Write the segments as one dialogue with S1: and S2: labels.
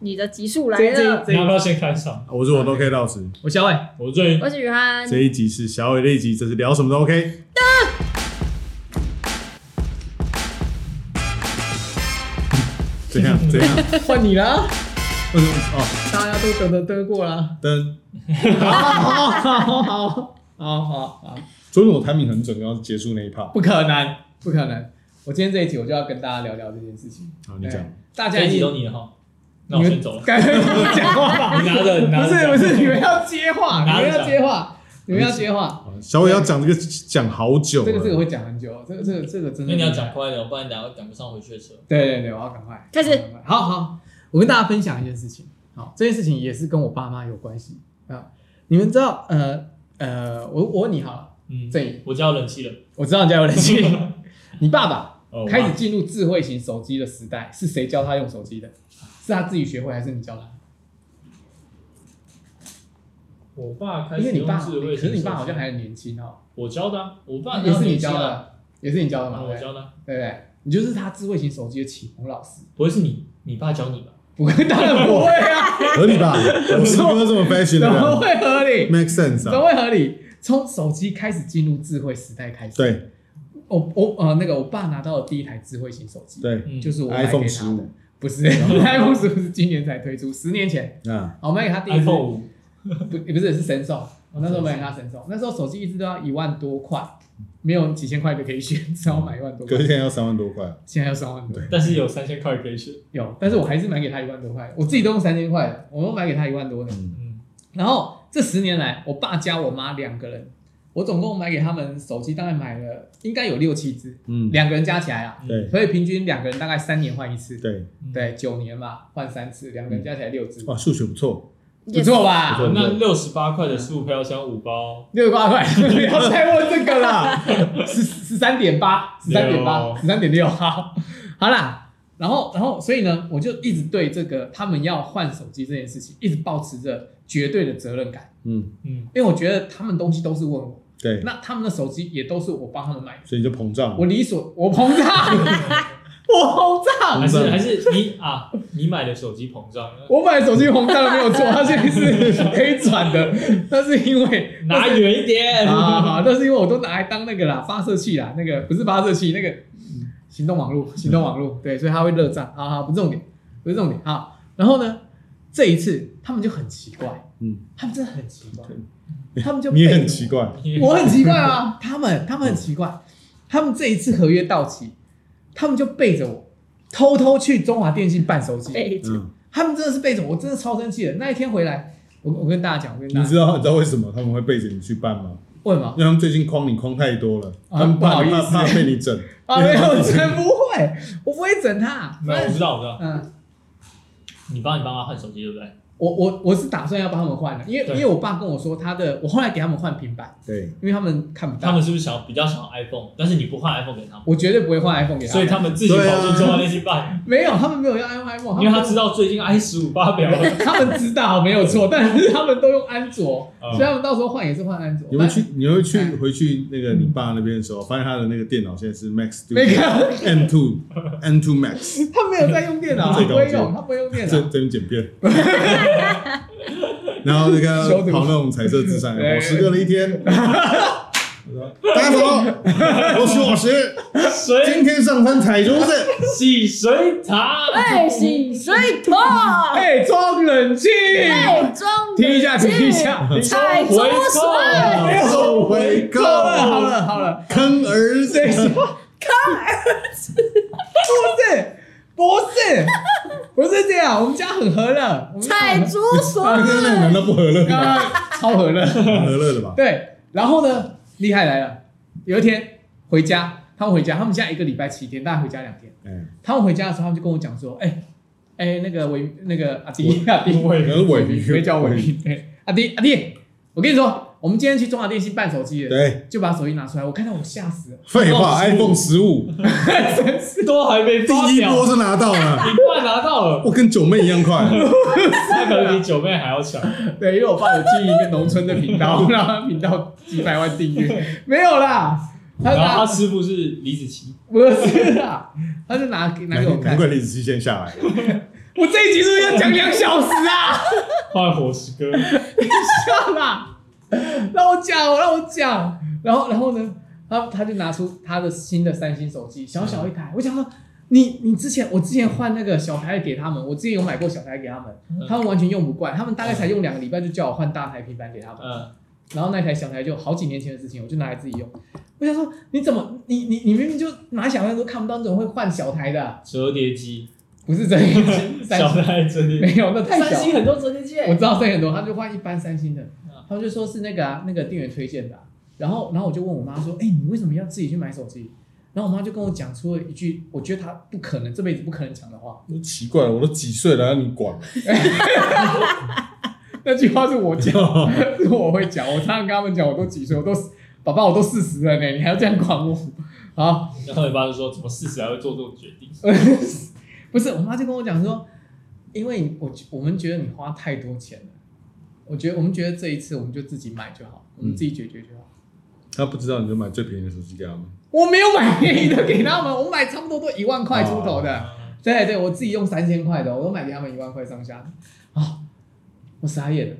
S1: 你的集数来
S2: 这这
S1: 了。
S2: 这
S3: 你要不
S2: 一
S3: 要先开场？
S4: 我是我都 OK 老师，
S2: 我小伟，
S3: 我最
S1: 我是雨涵，
S4: 这一集是小伟的一集，这是聊什么都 OK。怎样 怎样？
S2: 换你啦，
S4: 为什么？哦，
S2: 大家都得得得过啦。
S4: 但
S2: 好好好好好好，
S4: 昨天我 timing 很准，要结束那一 part。
S2: 不可能，不可能。我今天这一集我就要跟大家聊聊这件事情。
S4: 好，你讲
S2: 对。大家
S3: 这一
S2: 已
S3: 集
S2: 经
S3: 都你的哈，那我先走了。
S2: 该我讲话吧？
S3: 你拿着，你拿
S2: 不
S3: 着
S2: 是
S3: 讲。
S2: 不是，你们要接话，你
S3: 拿
S2: 们要
S3: 着讲
S2: 接话，你们要接话。
S4: 好小伟要讲这个讲好久了，
S2: 这个这个会讲很久，这个这个这个真的。
S3: 那你要讲快一点，不然等下赶不上回去的车。
S2: 对对对，我要赶快
S1: 开始。
S2: 好好，我跟大家分享一件事情。好，这件事情也是跟我爸妈有关系啊。你们知道，呃呃，我我问你好了，
S3: 嗯，
S2: 郑颖，
S3: 我就要冷气了。
S2: 我知道你家有冷 气，你爸爸
S4: 哦
S2: 开始进入智慧型手机的时代，是谁教他用手机的？是他自己学会还是你教他？
S3: 我爸开
S2: 因为
S3: 始
S2: 你
S3: 用
S2: 爸，
S3: 智
S2: 可
S3: 慧型手机，
S2: 是你爸好像还很年轻哦，
S3: 我教的啊，我爸
S2: 也是你教
S3: 的啊，
S2: 的，也是你教的嘛，对
S3: 嗯
S2: 不
S3: 我
S2: 对
S3: 教的啊，
S2: 对不对？你就是他智慧型手机的启蒙老师，
S3: 不会是你你爸教你吧？
S2: 不会，当然不会啊，
S4: 合理 吧？我是不是这么 fashion
S2: 怎
S4: 的
S2: 么
S4: 人
S2: 会合理？
S4: ？Make sense
S2: 怎
S4: 啊？
S2: 么会合理？从手机开始进入智慧时代开始。，
S4: 对
S2: 我我呃那个我爸拿到的第一台智慧型手机，，
S4: 对
S3: 嗯，
S2: 就是我买给
S4: iPhone
S2: 他
S4: 十
S2: 的
S4: 五，
S2: 不是 iPhone 十五是今年才推出，十年前，
S4: 啊，
S2: 哦好我买给他第一次
S3: iPhone 五，
S2: 不不是是神兽，我那时候买给他神兽，那时候手机一直都要一万多块，没有几千块就可以选，只要买一万多
S4: 可
S2: 块
S4: 是，现在要三万多块，
S2: 现在要三万多，
S3: 但是有三千块可以选。
S2: 有，但是我还是买给他一万多块，我自己都用三千块了，我都买给他一万多的，
S4: 嗯，
S3: 嗯，
S2: 然后这十年来，我爸加我妈两个人，我总共买给他们手机大概买了应该有六七只，
S4: 嗯
S2: 两个人加起来啊，
S4: 对
S2: 所以平均两个人大概三年换一次，
S4: 对，
S3: 嗯，
S2: 对，九年嘛换三次，两个人加起来六只，
S4: 哇，数学不错，
S2: 不错吧
S4: 不？错
S3: 那六十八块的十五票箱五包，
S2: 六十八块，不要再问这个了，十十三点八，十三点八，
S3: 六
S2: 十三点六，好，好啦，然后然后所以呢，我就一直对这个他们要换手机这件事情，一直保持着绝对的责任感，
S4: 嗯，
S3: 嗯，
S2: 因为我觉得他们东西都是问我。
S4: 对，
S2: 那他们的手机也都是我帮他们买的，
S4: 所以你就膨胀
S2: 我
S4: 了，
S2: 理所我膨胀，我膨胀
S3: 还
S4: 膨，
S3: 是
S4: 胀
S3: 还是你啊，你买的手机膨 胀了，
S2: 我买的手机膨胀了没有错，它现在是可以转的，那是因为
S3: 拿远一 点
S2: 啊，好，那是因为我都拿来当那个啦，发射器啦，那个不是发射器，那个嗯行动网
S4: 嗯
S2: 络，行动网络，对，所以它会热胀，好好，不是重点，不是重点啊。然后呢，这一次他们就很奇怪，
S4: 嗯，
S2: 他们真的很奇怪，他们就
S4: 你也
S2: 被
S4: 很奇怪，嗯
S2: 我很奇怪 啊，他们他们很奇怪，他们这一次合约到期，他们就背着我，偷偷去中华电信办手机，
S1: 背着
S4: 嗯，
S2: 他们真的是背着我，我真的超生气的。那一天回来，我我跟大家讲，我跟大
S4: 你
S2: 家
S4: 知道你知道为什么他们会背着你去办吗？
S2: 为什么
S4: 因为他们最近框你框太多了，
S2: 啊
S4: 他们怕
S2: 不好意
S4: 怕
S2: 思
S4: 怕被你 整。
S2: 啊？没有，真不会，我不会整他。
S3: 没有，我知道，我知道，
S2: 嗯，
S3: 你帮你爸妈换手机对不对？
S2: 我我我是打算要帮他们换的，因为
S3: 对
S2: 因为我爸跟我说他的，我后来给他们换平板，
S4: 对，
S2: 因为他们看不
S3: 他
S2: 到，
S3: 们是不是想要比较想要 iPhone，但是你不换 iPhone 给他们，
S2: 我绝对不会换 iPhone 给他们，
S3: 所以他们自己跑去中华电信办，
S2: 没有，他们没有要用 iPhone，
S3: 因为
S2: 们
S3: 他知道最近 i 十五发表了。
S2: 他们知道没有错，但是他们都用安卓，
S3: 嗯
S2: 所以他们到时候换也是换安卓。
S4: 你会去，你会去
S2: 嗯
S4: 回去那个你爸那边的时候，发现他的那个电脑现在是 Mac
S2: 那
S4: Studio
S2: 个
S4: M Two M Two Max，
S2: 他没有在用电脑， 他
S4: 这个
S2: 不会
S4: 我觉得
S2: 用，他不会用电
S4: 这
S2: 脑
S4: 这。边剪片， 然后那
S2: 修 图
S4: 个跑那种彩色 智商，
S2: 对
S4: 我时隔了 一天。大家好，我是我石，
S3: 水
S4: 今天上山采竹子，
S3: 洗水塔，
S1: 哎，洗水桶，
S2: 哎，装冷气，
S1: 哎，装
S2: 停一下，停一，下，
S1: 踩左水，
S4: 手回
S2: 哎够
S4: 扣，
S2: 了，好了，好了，
S4: 坑儿子
S2: 这，是 看儿子，不是，不是，不是这样，我们家很和乐，我们家
S1: 踩
S2: 很
S1: 左
S4: 他跟那个
S1: 水，
S4: 难道不和乐吗？
S2: 啊超和乐。
S4: 蛮和乐的 吧？
S2: 对，然后呢，厉害来了，有一天回家，他们回家，他们现在一个礼拜七天，大概回家两天。
S4: 哎，
S2: 他们回家的时候，他们就跟我讲说，哎、哎、那个伟那个阿弟阿弟，
S4: 可能是尾鱼，
S2: 别叫伟，对，阿弟阿弟，我跟你说，我们今天去中华电信办手机了，
S4: 对，
S2: 就把手机拿出来，我看到我吓死了，
S4: 废话
S3: 15
S4: ，iPhone 十五
S2: 真是
S3: 都还没发
S4: 第一
S3: 表，
S4: 波就拿到了，
S3: 你爸拿到了，
S4: 我跟九妹一样快，
S3: 那可能比九妹还要强。
S2: 对，因为我爸有经营一个农村的频道， 然后他频道几百万订阅，没有啦，他
S3: 然后他
S2: 拿
S3: 师傅是李子柒，
S2: 不是啦，他就拿给拿给我
S4: 难
S2: 看
S4: 难。怪李子柒先下来，
S2: 我这一集是不是要讲两小时啊？
S3: 换伙食 哥，
S2: 等一下啦，让我讲，让我讲。然后，然后呢，他他就拿出他的新的三星手机，小小一台。我想说，你你之前我之前换那个小台给他们，我之前有买过小台给他们，他们完全用不惯，他们大概才用两个礼拜就叫我换大台平板给他们。
S3: 嗯，
S2: 然后那台小台就好几年前的事情，我就拿来自己用。我想说，你怎么，你你你明明就拿小台都看不到，你怎么会换小台的啊、
S3: 折叠机，
S2: 不是真心，三
S3: 小
S2: 星
S3: 台折叠，
S2: 没有，那太小。
S3: 很多折叠嗯机
S2: 我知道三星很多，他就换一般三星的，他就说是那个啊，那个店员推荐的啊、然后，然后我就问我妈说，哎、你为什么要自己去买手机？然后我妈就跟我讲出了一句，我觉得她不可能这辈子不可能讲的话。
S4: 都奇怪，我都几岁了，让你管？
S2: 那句话是我 讲，是我会讲。我常常跟他们讲，我都几岁，我都爸爸，我都四十了呢，你还要这样管我？ 好，
S3: 然后你爸就说，怎么四十还会做这种决定？
S2: 不是，我妈就跟我讲说，因为你我我们觉得你花太多钱了，我觉得我们觉得这一次我们就自己买就好，我们自己解决就好。
S4: 他不知道你就买最便宜的手机给他们。
S2: 我没有买便宜的给他们，我买差不多都一万块出头的，对对，我自己用三千块的，我都买给他们一万块上下的啊、我傻眼了，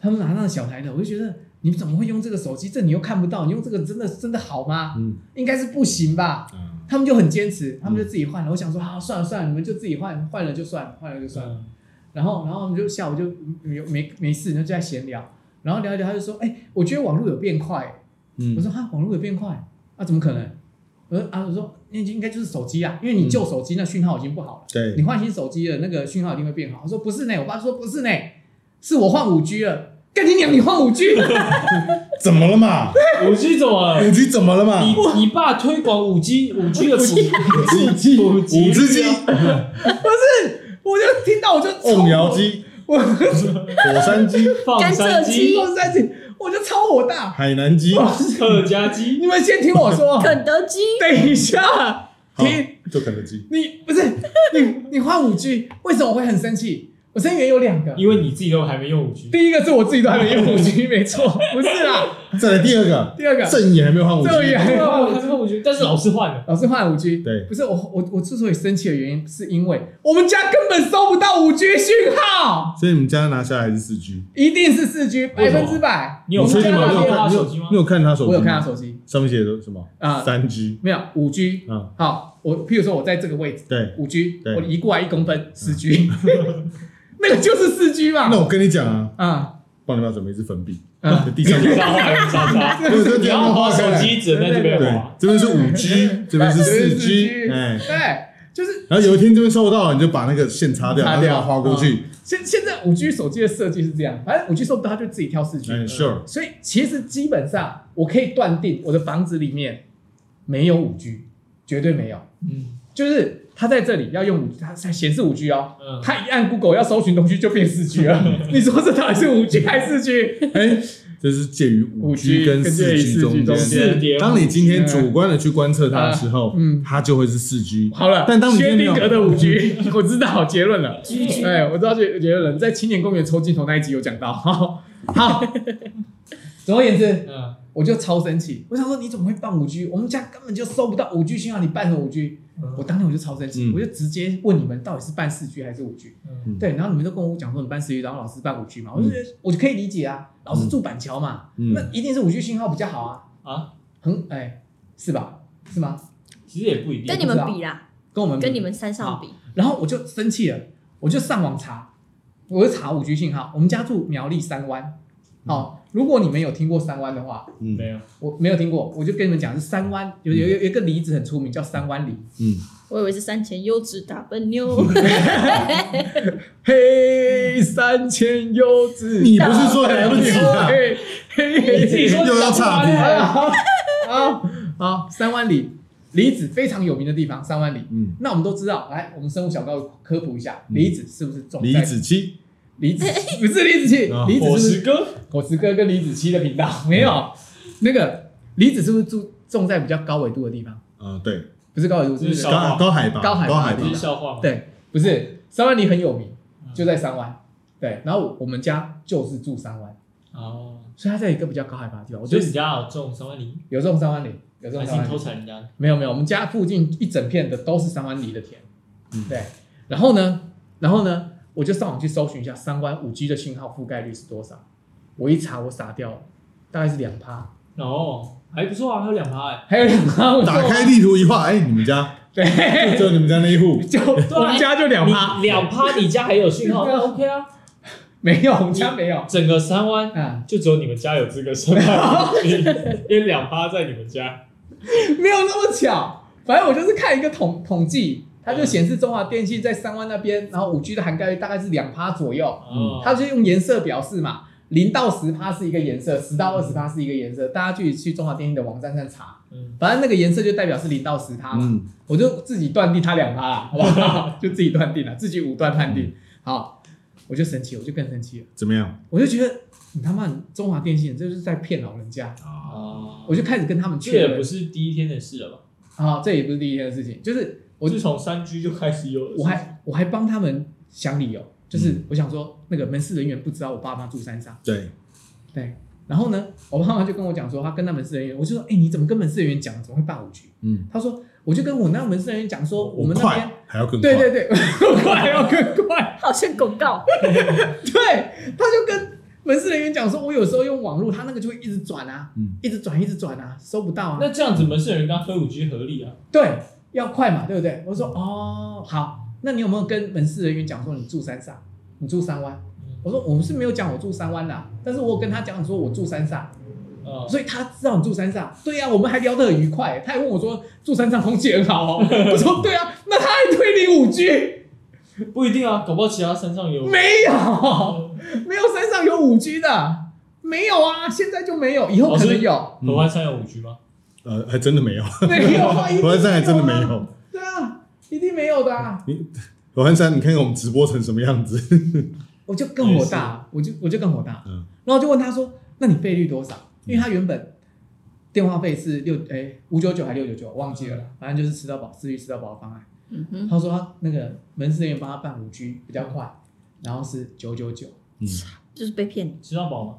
S2: 他们拿那个小台的，我就觉得你们怎么会用这个手机？这你又看不到，你用这个真的真的好吗？
S4: 嗯
S2: 应该是不行吧。
S4: 啊，
S2: 他们就很坚持，他们就自己换了。我想说，好、算了算了，你们就自己换，换了就算了，换了就算了。
S3: 嗯
S2: 然后，然后我们就下午就没没没事，就在闲聊，然后聊一聊，他就说：“哎、我觉得网络有变快。”
S4: 嗯
S2: 我说：“哈，网络有变快？啊，怎么可能？”我说：“啊，我说那应该就是手机啊，因为你旧手机那讯号已经不好了，
S4: 嗯对
S2: 你换新手机了，那个讯号一定会变好。”我说：“不是呢。”我爸说：“不是呢，是我换五 G 了。”干你娘！你换五 G，
S4: 怎么了嘛？
S3: 五 G 怎么了
S4: 五？G 怎么了嘛？
S3: 你你爸推广五 G 五 G 的普
S4: 五 G
S3: 普及率啊
S4: 五只鸡，
S2: 我就听到我就
S4: 瓮窑，鸡，
S2: 我
S4: 火山鸡，
S3: 放山鸡、
S2: 我三级，我就超火大。
S4: 海南鸡。
S2: 哇
S3: 客家鸡，
S2: 你们先听我 说，
S1: 肯德基
S2: 等一下，
S4: 好
S2: 听，
S4: 就肯德基。
S2: 你不是你你换五 G，为什么我会很生气？我身边有两个，
S3: 因为你自己都还没用五 G，
S2: 第一个是我自己都还没用五 G，没错，不是啦。
S4: 再来第二个，
S2: 第二个，
S4: 正也还没有换五 G。
S2: 正也还没有
S3: 啊我还没五 G，但是老师换了，
S2: 老是换五 G，
S4: 对
S2: 不是我我我之所以生气的原因，是因为我们家根本收不到五 G 讯号，
S4: 所以你们家拿下来还是四 G？
S2: 一定是四 G，百
S3: 为什么
S2: 分之百。
S3: 你有
S2: 我们
S3: 确
S2: 家
S3: 定吗
S2: 那边
S4: 你
S3: 电
S4: 有
S3: 话
S4: 看你有
S3: 手机吗
S4: 你有看他手机？
S2: 我有看他，手机
S4: 上面写的什么？
S2: 啊
S4: 三 G
S2: 没有五 G。
S4: 啊，
S2: 好，我譬如说我在这个位置
S4: 对。
S2: 五 G，
S4: 对
S2: 我移过来一公分十 G，那 个就是四 G 嘛
S4: 那。我跟你讲啊，
S2: 啊
S4: 帮你爸准备一支粉笔，
S2: 啊
S4: 在地上
S3: 然后还有叉叉，
S4: 对对
S3: 你
S4: 对，
S3: 要
S4: 画
S3: 滑
S4: 开
S3: 手
S4: 来
S3: 机只能在这边
S4: 对
S3: 滑，，
S4: 这边是五 G，这边是四 G，哎，
S2: 对，就是
S4: 然后有一天这边收不到，你就把那个线擦掉，啊
S2: 擦掉
S4: 然后划过去，
S2: 现现在五 G 手机的设计是这样，反正五 G 收不到，它就自己挑四 G。
S4: 哎，sure，
S2: 所以其实基本上我可以断定，我的房子里面没有五 G，绝对没有。
S3: 嗯
S2: 就是它在这里要用五，它才显示五 G 哦。
S3: 嗯，
S2: 它一按 Google 要搜寻东西就变四 G 了。
S4: 嗯
S2: 你说这到底是五 G 还是四 G？
S4: 哎，这是介于五 G 跟四 G 中
S2: 跟介于
S3: 四 G 中
S4: 间。啊
S3: 间
S4: 当你今天主观的去观测它的时候，
S2: 嗯，
S4: 它就会是四 G。
S2: 好了，
S4: 但当你今
S2: 薛
S4: 天没
S2: 定
S4: 有
S2: 谔的五 G，我 知道结论了。
S1: 居居
S2: 哎，我知道结结论了，在青年公园抽筋头那一集有讲到。好，好 总而言之，
S3: 嗯，
S2: 我就超生气，我想说你怎么会办五 G？我们家根本就收不到五 G 信号，你办什么五 G？我当天我就超生气，
S4: 嗯
S2: 我就直接问你们到底是办四 G 还是五 G？
S3: 嗯
S2: 对，然后你们都跟我讲说你办四 G，然后老师办五 G 嘛，我就觉得我就可以理解啊，老师住板桥嘛，
S4: 嗯
S2: 那一定是五 G 信号比较好啊，
S3: 啊，
S2: 很哎、是吧？是吗？
S3: 其实也不一定
S1: 跟，你们比啦，
S2: 跟我们比
S1: 跟你，们山上比，
S2: 然后我就生气了，我就上网查，我就查五 G 信号，我们家住苗栗三湾，好、如果你们有听过三湾的话，
S4: 嗯
S3: 没有，
S2: 我没有听过，我就跟你们讲是三湾，有有有有一个梨子很出名，叫三湾梨。
S4: 嗯，
S1: 我以为是山前优质打笨妞，
S2: 嘿，三千优质
S4: 你不是说来不及啊？
S2: 嘿嘿哎
S3: 你自己说
S4: 又要岔题
S2: 好好好，三湾里梨子非常有名的地方，三湾里。
S4: 嗯，
S2: 那我们都知道，来，我们生物小高科普一下，
S4: 嗯
S2: 梨子是不是种在
S4: 李子柒，
S2: 梨 子不是梨子气，
S4: 啊
S2: 梨子
S3: 伙
S2: 是
S3: 食哥，
S2: 果实哥跟梨子七的频道没有？那个梨子是不是住种在比较高纬度的地方？
S4: 啊，对，
S2: 不是高纬度，是
S3: 是小
S4: 高高海拔，
S2: 高海拔
S4: 高海拔
S3: 你，是笑话吗？
S2: 对，不是三湾里很有名，
S3: 嗯
S2: 就在三湾。对，然后我们家就是住三湾，
S3: 哦，
S2: 所以它在一个比较高海拔的地方。我
S3: 我
S2: 觉
S3: 觉得
S2: 得
S3: 你家有中三万零，
S2: 有这种三湾里，有这种
S3: 还是
S2: 三
S3: 你
S2: 湾
S3: 偷
S2: 里。
S3: 踩人家的？
S2: 没有没有，我们家附近一整片的都是三湾里的田
S4: 嗯。
S2: 对，然后呢，然后呢，我就上网去搜寻一下三湾五 G 的信号覆盖率是多少。我一查，我傻掉了，大概是两趴，
S3: 哦，还不错啊，还有两趴哎，
S2: 还有两趴。我说
S4: 打开地图一画，哎，你们家
S2: 对，
S4: 就你们家那一户，
S2: 就我们家就两趴，
S3: 你两趴，你家还有信号，
S2: 对啊
S3: 那 OK 啊。
S2: 没有，我们家没有
S3: 整个三湾
S2: 啊，
S3: 就只有你们家有资格申报，因 为两趴在你们家。
S2: 没有那么巧。反正我就是看一个统统计，它就显示中华电信在三湾那边，然后五 G 的涵盖率大概是两趴左右。
S3: 哦，
S2: 嗯它就用颜色表示嘛，零到十趴是一个颜色，十到二十趴是一个颜色，大家去去中华电信的网站上查，
S3: 嗯
S2: 反正那个颜色就代表是零到十趴嘛，
S4: 嗯，
S2: 我就自己断定它两趴啦，好不好？ 就自己断定了，自己武断判定。好，我就生气，我就更生气了，
S4: 怎么样？
S2: 我就觉得你他妈你中华电信这就是在骗老人家，
S4: 啊，
S3: 哦，
S2: 我就开始跟他们
S3: 这
S2: 确
S3: 也不
S2: 认。
S3: 是第一天的事了吧？
S2: 啊，这也不是第一天的事情，就是我
S3: 自从三 G 就开始有了，
S2: 我还我还帮他们想理由，
S4: 嗯
S2: 就是我想说那个门市人员不知道我爸妈住山上。
S4: 对，
S2: 对，然后呢，我爸妈就跟我讲说，他跟那门市人员，我就说，哎、你怎么跟门市人员讲，怎么会霸五 G？
S4: 嗯，
S2: 他说，哎我就跟我那门市人员讲说，我们那边，
S4: 快还要更快，
S2: 对对对，更快 要更快，
S1: 好像广告，
S2: 对，他就跟门市人员讲说，我有时候用网络，他那个就会一直转啊，
S4: 嗯
S2: 一直转，一直转啊，收不到啊，
S3: 那这样子，门市人跟他分五 G 合理啊？
S2: 对，要快嘛，对不对？我说，哦，好，那你有没有跟门市人员讲说你住山上，你住三湾？我说我们是没有讲我住三湾啦，但是我有跟他讲说我住山上。
S3: 啊，
S2: 所以他知道你住山上，对啊呀、我们还聊得很愉快。他还问我说住山上空气很好哦， 我说对啊，那他还推你五 G？
S3: 不一定啊，搞不好其他山上有。哦
S2: 没有， 没有山上有五 G 的，没有啊，现在就没有，以后可能
S4: 哦
S2: 有，
S3: 合欢山有五 G 吗？
S4: 呃，还真的没有，
S2: 没有啊，一定
S4: 罗汉山还真的没
S2: 啊，
S4: 有。
S2: 对啊，一定没有的、啊。
S4: 罗汉山，你看看我们直播成什么样子？
S2: 我就更火大，我就我就更火大，
S4: 嗯
S2: 然后就问他说，那你费率多少？
S3: 嗯
S2: 因为他原本。电话费是六哎五九九还六九九，忘记了
S3: 嗯
S2: 啦，反正就是吃到饱，自律吃到饱的方案。
S1: 嗯哼，
S2: 他说他那个门市人员帮他办五 G 比较快，然后是九九九，
S4: 嗯，
S1: 就是被骗。
S3: 吃到饱吗？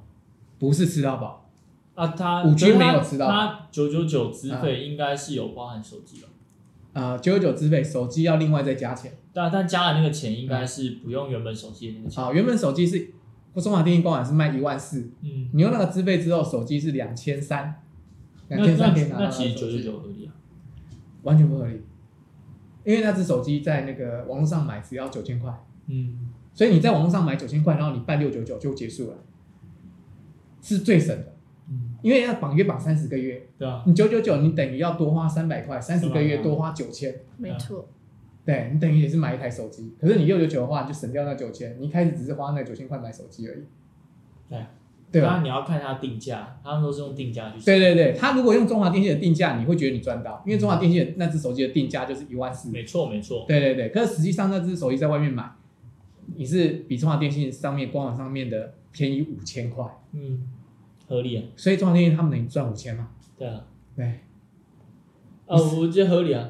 S2: 不是吃到饱。
S3: 啊，他
S2: 5G
S3: 可是他
S2: 没有吃到
S3: 他九九九资费应该是有包含手机吧？
S2: 呃，九九九资费，手机要另外再加钱。
S3: 但但加了那个钱，应该是不用原本手机的那个钱。
S2: 好，原本手机是中华电信官网是卖一万四，
S3: 嗯，
S2: 你用那个资费之后，手机是两千三，
S3: 那
S2: 两千
S3: 那
S2: 三可以拿到
S3: 那
S2: 的手
S3: 其实九九
S2: 机，
S3: 九合理啊。
S2: 完全不合理。因为那只手机在那个网络上买只要九千块，
S3: 嗯，
S2: 所以你在网络上买九千块，然后你办六九九就结束了，是最省的。
S3: 嗯
S2: 因为要绑约绑三十个月，
S3: 对啊，
S2: 你九九九，你等于要多花三百块，三十个月多花九千，
S1: 没错，
S2: 对你等于也是买一台手机。可是你六九九的话，你就省掉那九千，你一开始只是花那九千块买手机而已，
S3: 对啊，
S2: 对
S3: 当
S2: 吧？
S3: 然你要看它定价，他们都是用定价去算。
S2: 对对对，他如果用中华电信的定价，你会觉得你赚到，因为中华电信的那只手机的定价就是一万四。
S3: 没错没错。
S2: 对对对，可是实际上那只手机在外面买，你是比中华电信上面官网上面的便宜五千块，
S3: 嗯，合理啊，
S2: 所以中华电信他们能赚五千吗？
S3: 对啊，
S2: 对，嗯
S3: 啊，我觉得合理啊，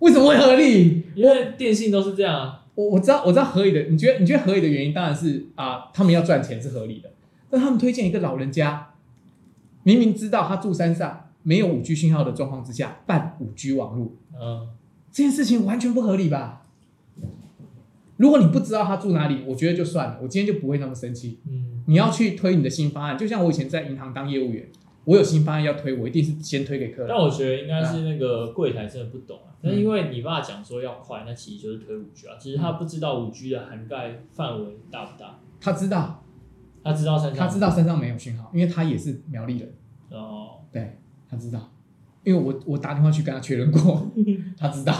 S2: 为什么会合理？
S3: 因为电信都是这样啊。
S2: 我我知道我知道合理的，你觉得你觉得合理的原因当然是啊、他们要赚钱是合理的，但他们推荐一个老人家，明明知道他住山上没有五 G 信号的状况之下办五 G 网络，
S3: 嗯，
S2: 这件事情完全不合理吧？如果你不知道他住哪里，我觉得就算了，我今天就不会那么生气。
S3: 嗯，
S2: 你要去推你的新方案，就像我以前在银行当业务员，我有新方案要推，我一定是先推给客人
S3: 但。我觉得应该是那个柜台真的不懂
S2: 嗯
S3: 啊。那因为你爸讲说要快，那其实就是推五 G 啊，只是他不知道五 G 的涵盖范围大不大，
S2: 他知道，
S3: 他知道山
S2: 他
S3: 上，
S2: 知道山上没有信号，因为他也是苗栗人。
S3: 哦，
S2: 对他知道，因为我我打电话去跟他确认 过，他知道，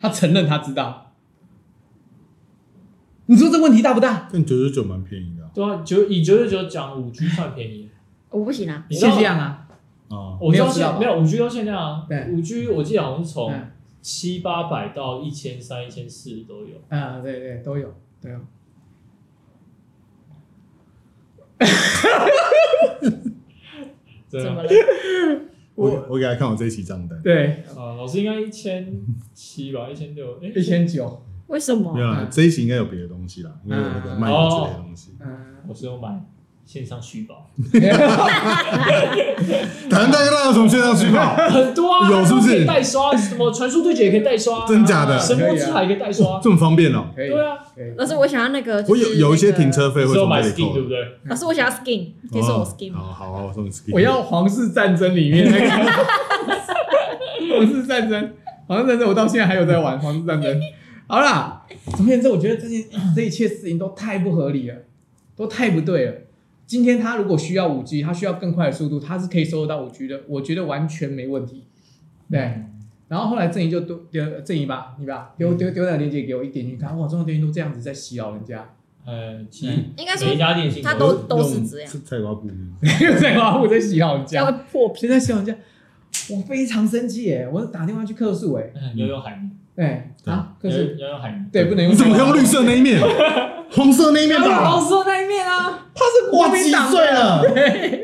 S2: 他承认他知道。你说这问题大不大？
S4: 但九九九蛮便宜的啊
S3: 对啊，九以九九九讲五 G 算便宜，
S1: 我不行啊，
S3: 你知道
S2: 限量啊，
S4: 啊，
S3: 我
S2: 没
S3: 知道
S2: 有知道吧
S3: 现没有五 G 都限量啊
S2: 对，
S3: 五 G 我记得好像是从
S2: 嗯
S3: 七八百到一千三、一千四都有。
S2: 啊，对对都有都有。
S3: 对
S1: 怎
S3: 啊
S1: 么了？
S4: 我我给他看我这一期账单，
S2: 对，
S3: 啊，老师应该一千七吧，一千六，哎，
S2: 一千九，
S1: 为什么
S4: 没？有啦，这一期应该有别的东西啦，因为有那个卖药之类的东西。
S2: 嗯，
S3: 我是有买，线上虚报，
S4: 台湾大哥大有什么线上虚报？
S3: 很多啊，
S4: 有是不是
S3: 都可以代刷，什么传说对决也可以代刷，
S4: 真假的
S3: 神魔之海也可以代刷，
S4: 这么方便哦！
S2: 可以，
S3: 对啊，
S2: 可以。
S1: 老师，我想要那个，就
S4: 我有
S1: 是那
S4: 有
S1: 个
S4: 一些停。车费
S3: 你
S4: 会
S3: 是要
S4: 从
S3: 买
S4: 哪里
S3: skin
S4: 扣哦
S3: 对？不对？
S1: 老师，我想要 skin，可以送我 skin 吗？
S4: 好好好，我送你 skin。
S2: 我要皇室战争里面那个 皇室战争，皇室战争，我到现在还有在玩皇室战争。好啦，总而言之，我觉得这件 这一切事情都太不合理了，都太不对了。今天他如果需要五 G，他需要更快的速度，他是可以收得到五 G 的，我觉得完全没问题。对，然后后来郑怡就丢丢郑怡吧，你吧丢丢丢那个链接给我一点进去看，哇，中国电信都这样子在洗脑人家，
S3: 呃，其实
S1: 应该说
S3: 每一家电信
S1: 他
S3: 都
S1: 都都是这样，
S4: 用菜瓜布。
S2: 又在把我在洗脑人
S1: 要
S2: 家，
S1: 会破皮。
S2: 谁在洗脑人家？我非常生气耶！我打电话去客诉哎，
S3: 嗯要用海绵，
S2: 哎啊，可
S3: 要
S2: 是
S3: 要用海绵，
S2: 对，不能用。
S4: 你怎么用绿？色那 一面？红色那一面
S3: 要用
S4: 吧
S3: 黄？色那一面啊，
S2: 他是国
S4: 哇，几
S2: 民党
S4: 岁
S2: 的，
S4: 了？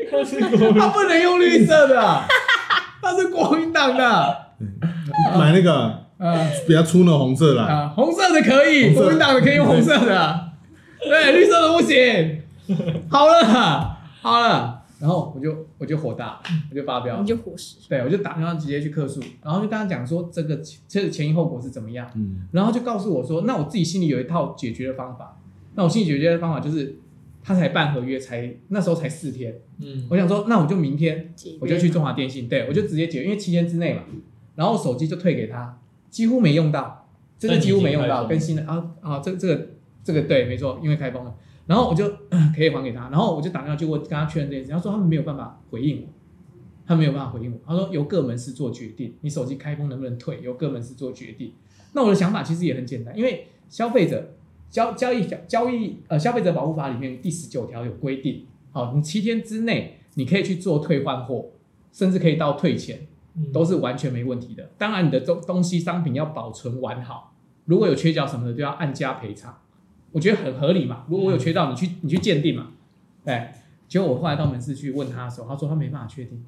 S2: 他不能用绿色的，他是国民党的。
S4: 买那个
S2: 呃
S4: 比较粗的红色啦。
S2: 啊，红色的可以，
S4: 红色
S2: 国民党的可以用红色的，对，绿色的不行。好了，好了，然后我就我就火大，我就发飙
S1: 你，就火石，
S2: 对我就打电话直接去客诉，然后就跟他讲说这个这个前因后果是怎么样。
S4: 嗯，
S2: 然后就告诉我说，那我自己心里有一套解决的方法。那我心里解决的方法就是，他才办合约才那时候才四天，
S3: 嗯，
S2: 我想说，那我就明天
S1: 解约
S2: 我就去中华电信，对我就直接解约，因为七天之内嘛。然后手机就退给他，几乎没用到，真的几乎没用到，
S3: 但
S2: 跟
S3: 你
S2: 新的啊啊，这这个这个对，没错，因为开封了。然后我就、呃可以还给他，然后我就打电话去问跟他确认这件事，他说他们没有办法回应我，他没有办法回应我，他说由各门市做决定，你手机开封能不能退，由各门市做决定。那我的想法其实也很简单，因为消费者交交易交易呃消费者保护法里面第十九条有规定，好，你七天之内你可以去做退换货，甚至可以到退钱，
S3: 嗯
S2: 都是完全没问题的。当然，你的东东西商品要保存完好，如果有缺角什么的，就要按价赔偿。我觉得很合理嘛。如果我有缺到，你去你去鉴定嘛。哎，结果我后来到门市去问他的时候，他说他没办法确定。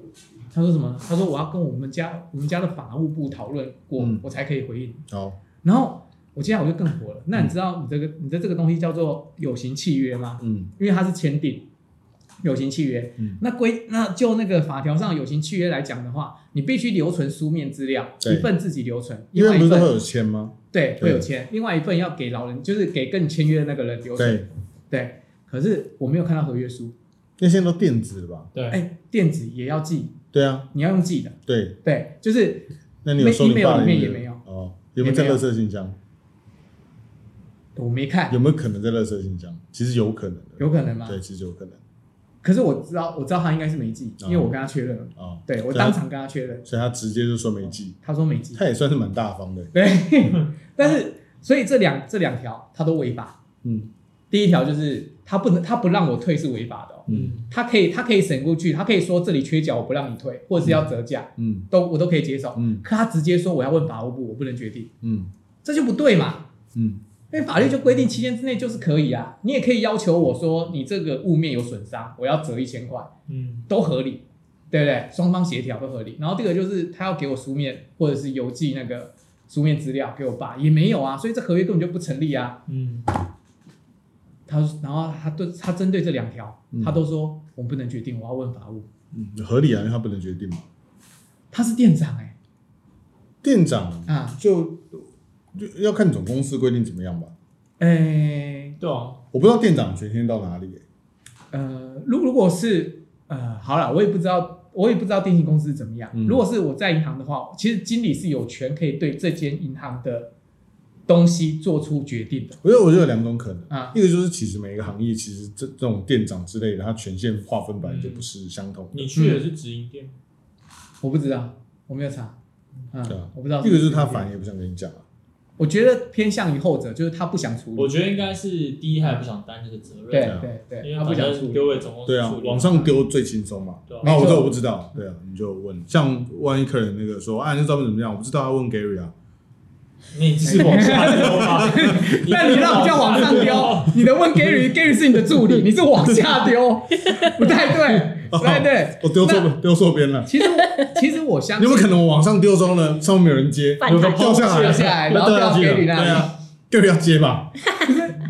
S2: 他说什么？他说我要跟我们家我们家的法务部讨论过，
S4: 嗯
S2: 我才可以回应。
S4: 好，
S2: 然后我接下来我就更火了。那你知道你这个你的这个东西叫做有形契约吗？
S4: 嗯，
S2: 因为它是签订有形契约。
S4: 嗯
S2: 那规那就那个法条上有形契约来讲的话，你必须留存书面资料，
S4: 对
S2: 一份自己留存，
S4: 因
S2: 另外
S4: 为不
S2: 一
S4: 是都会
S2: 份
S4: 有签吗？
S2: 对
S4: 对
S2: 会有签，另外一份要给老人，就是给更签约的那个人留存。
S4: 对，
S2: 对可是我没有看到合约书，
S4: 那现在都电子了吧？
S2: 哎、
S3: 对，
S2: 电子也要寄，
S4: 对啊，
S2: 你要用寄的。
S4: 对。
S2: 对，就是
S4: 那你有收你
S2: email
S4: 爸的
S2: 里面
S4: email？
S2: 也没有
S4: 哦，有没有在
S2: 也没有
S4: 垃圾信箱？
S2: 我没看，
S4: 有没有可能在垃圾信箱？其实有可能的，
S2: 有可能吗？啊
S4: 对，其实有可能
S2: 可是我知道，我知道他应该是没寄，
S4: 哦
S2: 因为我跟他确认了。
S4: 啊。
S2: 对我
S4: 对啊
S2: 当场跟他确认，
S4: 所以他直接就说没寄，
S2: 他说没寄。
S4: 他也算是蛮大方的。
S2: 对， 但是所以这两这两条他都违法。
S4: 嗯
S2: 第一条就是他不能，他不让我退是违法的、哦，
S4: 嗯
S2: 他可以他可以审过去，他可以说这里缺角我不让你退，或者是要折价，
S4: 嗯
S2: 都我都可以接受。
S4: 嗯
S2: 可他直接说我要问法务部，我不能决定，
S4: 嗯
S2: 这就不对嘛。
S4: 嗯
S2: 因为法律就规定期间之内就是可以啊，你也可以要求我说你这个物面有损伤，我要折一千块，
S3: 嗯，
S2: 都合理，对不对？双方协调都合理。然后第二个就是他要给我书面或者是邮寄那个书面资料给我爸，也没有啊，所以这合约根本就不成立啊。
S3: 嗯，
S2: 他然后他对他针对这两条，
S4: 嗯
S2: 他都说我们不能决定，我要问法务。
S4: 嗯，合理啊，因为他不能决定嘛。
S2: 他是店长哎、
S4: 店长
S2: 啊，
S4: 就就要看总公司规定怎么样吧。
S2: 哎、
S3: 对啊，
S4: 我不知道店长权限到哪里欸、
S2: 呃，如如果是呃，好了，我也不知道。我也不知道电信公司怎么样。
S4: 嗯
S2: 如果是我在银行的话，其实经理是有权可以对这间银行的东西做出决定的
S4: 我觉得我觉得有两种可能，
S2: 啊。
S4: 一个就是其实每一个行业其实这这种店长之类的，他权限划分本来就不是相同的。
S3: 你去
S2: 嗯
S3: 的是直营店，
S2: 我不知道，我没有查。嗯
S4: 对啊，
S2: 我不知道。
S4: 一个就是他反，应也不想跟你讲啊。
S2: 我觉得偏向于后者，就是他不想处
S3: 我
S2: 理。
S3: 觉得应该是第一，他也不想担这个责任，
S2: 对
S4: 啊
S2: 对对，
S3: 因
S2: 他
S3: 为
S2: 不
S3: 反
S2: 想处
S3: 正
S2: 理。
S3: 丢给总公司
S4: 对啊
S3: 处，理
S4: 往上，丢最轻松嘛。
S3: 对啊
S4: 啊，
S2: 嗯
S4: 我
S2: 没错
S4: 这我不知道，对啊，你就问，像万一客人那个说，啊，你这照片怎么样？我不知道，要问 Gary 啊。
S3: 你只是往下丢吧，
S2: 但你让我叫往上 丢，你的问 Gary，Gary 是你的助理，你是往下丢，不太对，
S4: 哦
S2: 不太对。
S4: 我丢错丢错边了，
S2: 其 实其实我相
S4: 有
S2: 信
S4: 没有可能我往上丢之后呢，上面没有人接，
S1: 反弹
S4: 掉下来，
S2: 掉下来然后
S4: 那掉
S2: 掉到
S4: 下去
S2: Gary
S4: 了
S2: 那里
S4: 对啊就是要接嘛，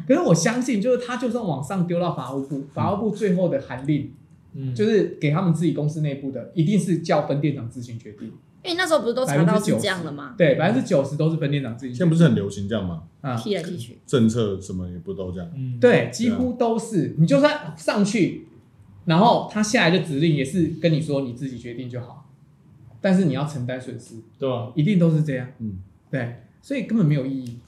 S2: 可是我相信，就是他就算往上丢到法务
S4: 嗯
S2: 部，法务部最后的函令
S3: 嗯，
S2: 就是给他们自己公司内部的，一定是叫分店长自行决定。
S1: 因为那时候不是都查到是这样了吗？
S4: 嗯
S2: 对，百分之九十都是分店长自己决
S4: 现
S2: 定。
S4: 在不是很流行这样吗？
S2: 啊，
S1: 踢来踢去，
S4: 政策什么也不都这样，
S3: 嗯，
S2: 对，几乎都是。你就算上去，然后他下来的指令也是跟你说你自己决定就好，但是你要承担损失，
S3: 对啊吧？
S2: 一定都是这样。
S4: 嗯，
S2: 对，所以根本没有意义，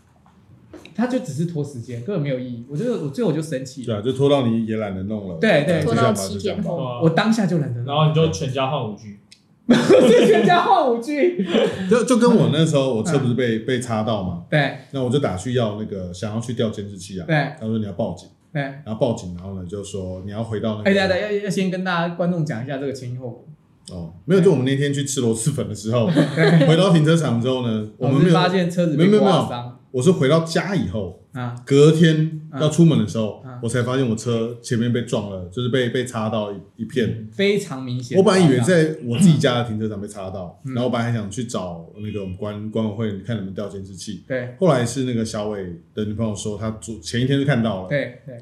S2: 他就只是拖时间，根本没有意义。我觉得我最后我就生气
S4: 对
S2: 了，
S4: 啊，就拖到你也懒得弄了，
S2: 对对
S4: 啊
S1: 拖
S4: 就这
S1: 到
S4: 样吧
S1: 七
S4: 就这样
S1: 天
S4: 吧
S1: 后，
S3: 啊
S2: 我当下就懒得弄，
S3: 然 后你就全家换五 G，
S2: 这全家换五句，
S4: 就就跟我那时候我车
S2: 嗯
S4: 不是被被擦到嘛，
S2: 对
S4: 那我就打去要那个想要去调监视器啊，
S2: 对
S4: 他说你要报警，
S2: 对。
S4: 然后报警，然后呢就说你要回到那
S2: 哎，大
S4: 个
S2: 家要要先跟大家观众讲一下这个前因后果。
S4: 哦，没有，就我们那天去吃螺蛳粉的时候， 回到停车场之 后呢，我们
S2: 是
S4: 没有
S2: 发现车子被
S4: 没有没有
S2: 刮伤
S4: 我是回到家以后，
S2: 啊，
S4: 隔天
S2: 嗯
S4: 要出门的时候，
S2: 嗯
S4: 我才发现我车前面被撞了，就是被被擦到一一片。
S3: 嗯
S2: 非常明显。
S4: 我本来以为在我自己家的停车场被擦到，
S2: 啊嗯
S4: 然后我本来还想去找那个我们管管委会看能不能调监视器，
S2: 对
S4: 后来是那个小伟的女朋友说，她昨前一天就看到了，
S2: 对嗯对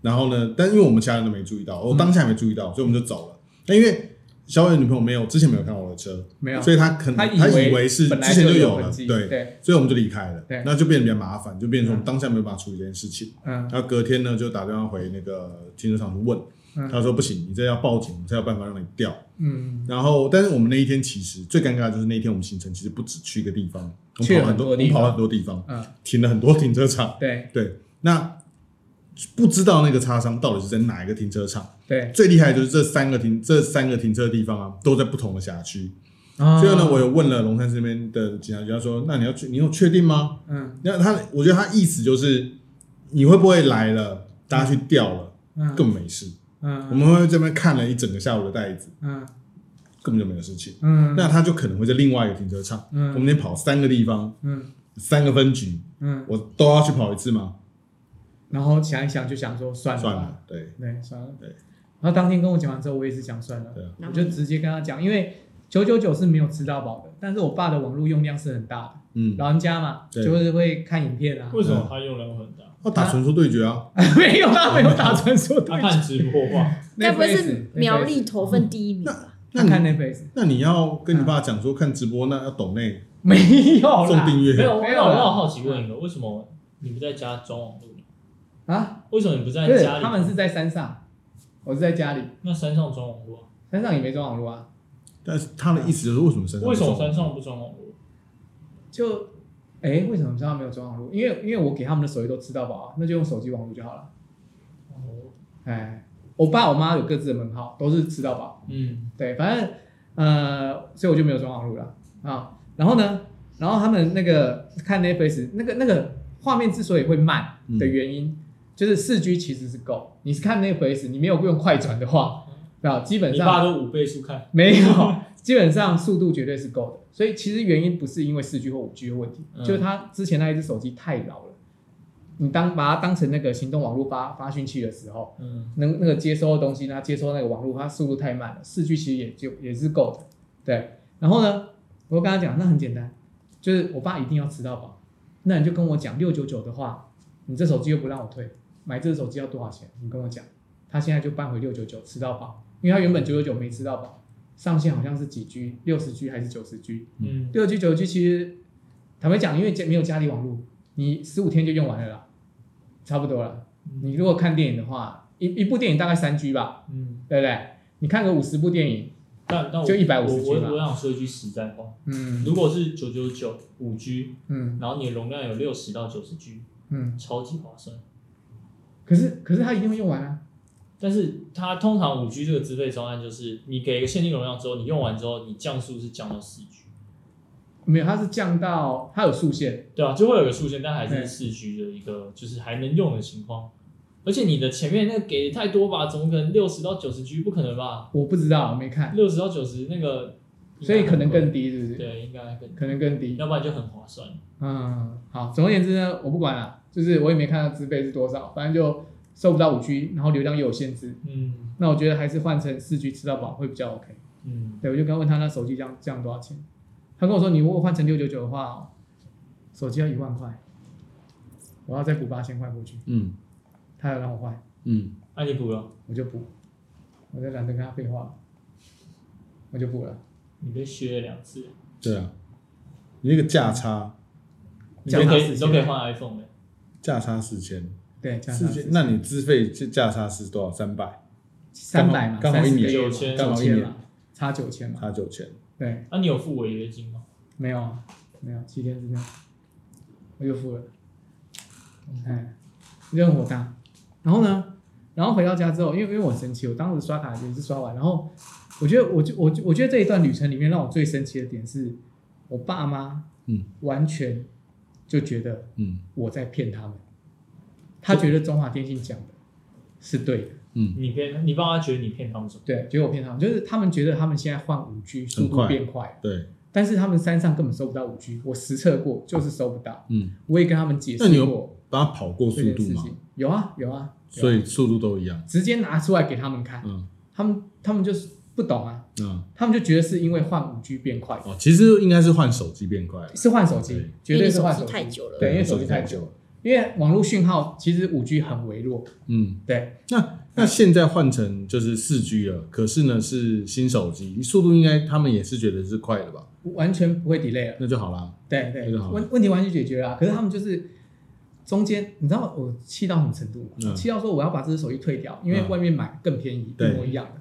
S4: 然后呢，但因为我们其他人都没注意到，我当下也没注意到，所以我们就走了。那因为小伟的女朋友没有之前没有看我的车，
S2: 没有，
S4: 所以她可能
S2: 他
S4: 她以为是
S2: 本来
S4: 之前就
S2: 有
S4: 了，
S2: 痕迹
S4: 对，
S2: 对，
S4: 所以我们就离开了
S2: 对，
S4: 那就变得比较麻烦，就变成说我们当下没有办法处理这件事情。
S2: 嗯
S4: 然后隔天呢，就打电话回那个停车场去问，
S2: 嗯
S4: 他说不行，你这要报警，我们才有办法让你调。
S2: 嗯，
S4: 然后，但是我们那一天其实最尴尬的就是那一天我们行程其实不止去一个地方，我
S2: 去
S4: 们
S2: 了
S4: 跑很多，
S2: 很多地
S4: 我
S2: 方
S4: 们跑很多地方，
S2: 嗯
S4: 停了很多停车场。
S2: 对
S4: 对，那不知道那个擦伤到底是在哪一个停车场。
S2: 对。
S4: 最厉害的就是这三个停这三个停车地方啊，都在不同的辖区。
S2: 最
S4: 最
S2: 哦
S4: 后呢，我有问了龙山这边的警察局，他说：“那你要去，你有确定吗
S2: 嗯？”
S4: 那他，我觉得他意思就是你会不会来了，大家去掉了，
S2: 嗯
S4: 根本没事。
S2: 嗯
S4: 我们会这边看了一整个下午的袋子，
S2: 嗯
S4: 根本就没有事情。
S2: 嗯
S4: 那他就可能会在另外一个停车场，我
S2: 嗯
S4: 们得跑三个地方，
S2: 嗯
S4: 三个分局，
S2: 嗯，
S4: 我都要去跑一次吗？
S2: 然后想一想就想说算了吧
S4: 算，了，对
S2: 对算了
S4: 对。
S2: 然后当天跟我讲完之后，我也是想算了，
S4: 对啊，
S1: 然
S2: 我
S1: 后
S2: 就直接跟他讲，因为九九九是没有吃到饱的，但是我爸的网络用量是很大的，
S4: 嗯，
S2: 老人家嘛，
S4: 对
S2: 就是会看影片啊，
S3: 为什
S4: 嗯
S3: 么他用量会很大？
S4: 要打传说对决啊，
S2: 没有啦，没有 打传说对
S3: 他看直播吧，
S1: 该不会是
S2: Netflix，
S1: 苗栗投份第一名
S2: 嗯
S1: 吧？
S4: 那
S2: 他看
S4: 你
S2: Netflix
S4: 那你要跟你爸讲说看直播，那要懂内
S2: 没有
S4: 送
S2: 啦
S4: 订
S3: 没
S4: 阅，
S3: 有，
S2: 没
S3: 那
S2: 有
S3: 我
S2: 啦
S3: 那我好奇问一个，为什么你不在家装网络？
S2: 啊，
S3: 为什么你不在
S2: 不是
S3: 家里？
S2: 他们是在山上，我是在家里，
S3: 那山上装网络啊，
S2: 山上也没装网络啊，
S4: 但是他的意思就是为什么山上
S3: 为什么山上不装网络？
S2: 就，哎、为什么知道没有装网络？因为因为我给他们的手机都吃到饱啊，那就用手机网络就好了。
S3: 哦，
S2: 哎，我爸我妈有各自的门号，都是吃到饱。
S3: 嗯，
S2: 对，反正呃，所以我就没有装网络了啊。然后呢，然后他们那个看 Netflix 那个那个画面之所以会慢
S3: 嗯
S2: 的原因，就是四 G 其实是够。你是看 Netflix，你没有用快转的话，啊，基本
S3: 嗯你爸
S2: 上
S3: 都五倍速看，
S2: 没有，基本上速度绝对是够的。所以其实原因不是因为四 G 或五 G 的问题，
S3: 嗯
S2: 就是他之前那一只手机太老了。你当把它当成那个行动网络发发讯器的时候，
S3: 嗯，
S2: 能那个接收的东西，它接收那个网络，它速度太慢了，四 G 其实也就也是够的。对，然后呢，我就跟他讲，那很简单，就是我爸一定要吃到饱，那你就跟我讲六九九的话，你这手机又不让我退，买这手机要多少钱？你跟我讲，他现在就搬回六九九吃到饱，因为他原本九九九没吃到饱，上限好像是几 G，六十 G 还是九十 G？
S3: 嗯，
S2: 六 G 九 G 其实坦白讲，因为家没有家里网络，你十五天就用完了啦，差不多了。
S3: 嗯
S2: 你如果看电影的话，一一部电影大概三 G 吧，
S3: 嗯，
S2: 对不对？你看个五十部电影，
S3: 但但我
S2: 就150
S3: 我
S2: G 吧
S3: 我我想说一句实在话，
S2: 嗯
S3: 如果是九九九五 G，
S2: 嗯
S3: 然后你的容量有六十到九十 G，
S2: 嗯，
S3: 超级划算。
S2: 可是可是它一定会用完啊，
S3: 但是它通常五 G 这个资费方案就是，你给一个限定容量之后，你用完之后，你降速是降到四 G，
S2: 没有，它是降到它有速限，
S3: 对啊，就会有个数限，但还
S2: 对
S3: 是四 G 的一个就是还能用的情况。而且你的前面那个给太多吧，怎么可能六十到九十 G？不可能吧？
S2: 我不知道，我没看，
S3: 六十到九十那个，
S2: 所以可能更低，是不是？
S3: 对，应该更，
S2: 可能更低。
S3: 要不然就很划算。
S2: 嗯，好，总而言之呢，我不管了，就是我也没看到资费是多少，反正就收不到五 G，然后流量又有限制，
S3: 嗯
S2: 那我觉得还是换成四 G 吃到饱会比较 OK。
S3: 嗯，
S2: 对，我就刚问他那手机这样这样多少钱，他跟我说你如果换成六九九的话，手机要一万块。我要再补八千块过去，
S4: 嗯
S2: 他要让我换，
S4: 嗯，
S3: 那你补了，
S2: 我就补，我就懒得跟他废话了，我就补了。
S3: 你被削了两次，
S4: 对啊，你那个价差
S3: 你都可以
S2: 价差四千
S3: 你都可以换 iPhone 了。
S4: 价差四千，
S2: 对，加
S4: 四
S2: 上
S4: 千，那你资费这价差是多少？三百，
S2: 三百嘛，
S4: 刚好刚好一年
S2: 30个月嘛
S3: 9000
S4: 刚好
S2: 9000
S4: 一年
S2: 嘛，差九千嘛，
S4: 差九千，
S2: 对，
S3: 啊那、你有付违约金吗？
S2: 没有啊，没有，七天之内我就付了，哎，就很火大。然后呢，然后回到家之后，因为因为我很生气，我当时刷卡也是刷完，然后我觉得我就我就我觉得这一段旅程里面让我最生气的点是，我爸妈
S4: 嗯
S2: 完全就觉得
S4: 嗯
S2: 我在骗他们，他觉得中华电信讲的是对的。
S4: 嗯
S3: 你骗你爸妈觉得你骗他们什么？
S2: 对，结果骗他们，就是他们觉得他们现在换五 G 速
S4: 很
S2: 度
S4: 快
S2: 变快了，
S4: 对，
S2: 但是他们山上根本收不到五 G，我实测过就是收不到，
S4: 嗯，
S2: 我也跟他们解
S4: 那你
S2: 释
S4: 有
S2: 过
S4: 帮他跑过
S2: 这
S4: 速
S2: 件
S4: 度
S2: 事
S4: 嘛，
S2: 情，有啊有啊，有啊
S4: 所以速度都一样，
S2: 直接拿出来给他们看，
S4: 嗯
S2: 他们他们就是不懂啊，
S4: 嗯，
S2: 他们就觉得是因为换五 G 变快，
S4: 哦，其实应该是换手机变快了，
S2: 是换手机
S4: 对，
S2: 绝对
S1: 因为你
S2: 是
S1: 手
S2: 换
S1: 机
S2: 手
S1: 太
S2: 机，
S1: 久了，
S2: 对因为手
S4: 手
S2: 机
S4: 机
S2: 太
S4: 太
S2: 久
S4: 久了，
S2: 因为网络讯号其实五 G 很微弱，
S4: 嗯。
S2: 对，
S4: 那那现在换成就是四 G 了，可是呢是新手机，速度应该他们也是觉得是快的吧？
S2: 完全不会 delay 了。
S4: 那就好啦。
S2: 对对，
S4: 那就好
S2: 问问题完全解决了啊、可是他们就是中间，你知道我气到什么程度吗？
S4: 嗯
S2: 气、到说我要把这只手机退掉，因为
S4: 嗯
S2: 外面买更便宜，
S4: 对
S2: 一模一样的。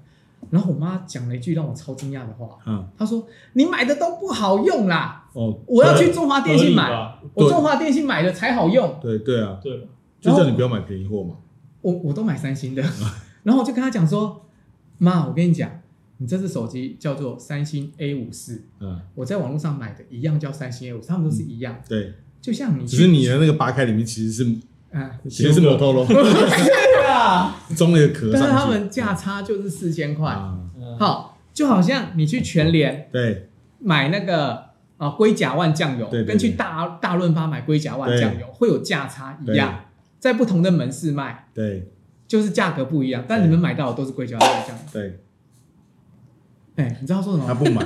S2: 然后我妈讲了一句让我超惊讶的话，
S4: 嗯，
S2: 她说：“你买的都不好用啦，
S4: 哦，
S2: 我要去中华电信
S3: 合理
S2: 买，
S3: 吧？
S2: 我
S4: 对
S2: 中华电信买的才好用，
S4: 对对啊，
S3: 对吧？
S4: 就叫你不要买便宜货嘛。
S2: 我我都买三星的。” 然后我就跟她讲说：“妈，我跟你讲，你这只手机叫做三星 A 五四，
S4: 嗯，
S2: 我在网络上买的一样叫三星 A 五四，他们都是一样，
S4: 对，
S2: 就像你
S4: 嗯只
S2: 去
S4: 是你的那个拔开里面其实是
S2: 啊。”
S4: 其实是 摩托罗
S2: 对啊，
S4: 装了一个壳
S2: 但
S4: 上
S2: 是
S4: 去。
S2: 他们价差就是四千块。
S4: 啊，
S3: 嗯，
S2: 好，就好像你去全联
S4: 对
S2: 买那个啊龟甲万酱油，
S4: 对对对
S2: 跟去大大润发买龟甲万酱油会有价差一样，在不同的门市卖
S4: 对
S2: 就是价格不一样，但你们买到的都是龟甲万酱油。
S4: 对，
S2: 哎，你知道说什么
S4: 他
S2: 吗
S4: 不买，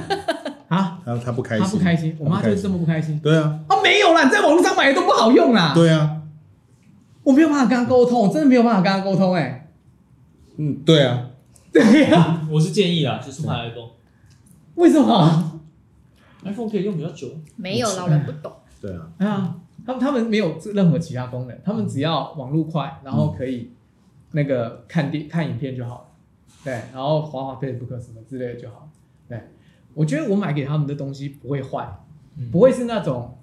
S2: 啊？
S4: 他他不开
S2: 他
S4: 心，
S2: 不开心，我妈就是这么不开心。
S4: 对啊，
S2: 啊，没有啦，你在网络上买的都不好用啦。
S4: 对啊，
S2: 我没有办法跟她沟通，我真的没有办法跟她沟通。哎，
S4: 嗯，对啊，
S2: 对呀，
S3: 我是建议啦，就是换 iPhone，iPhone
S2: 为什么？
S3: 可以用比较久。
S1: 没有老人不懂，
S4: 对啊，
S3: 嗯
S2: 啊，他们他们没有任何其他功能，他们只要网络快，
S3: 嗯
S2: 然后可以那个看电看影片就好了，对，然后滑滑 Facebook 什么之类的就好了。对，我觉得我买给他们的东西不会坏，
S3: 嗯
S2: 不会是那种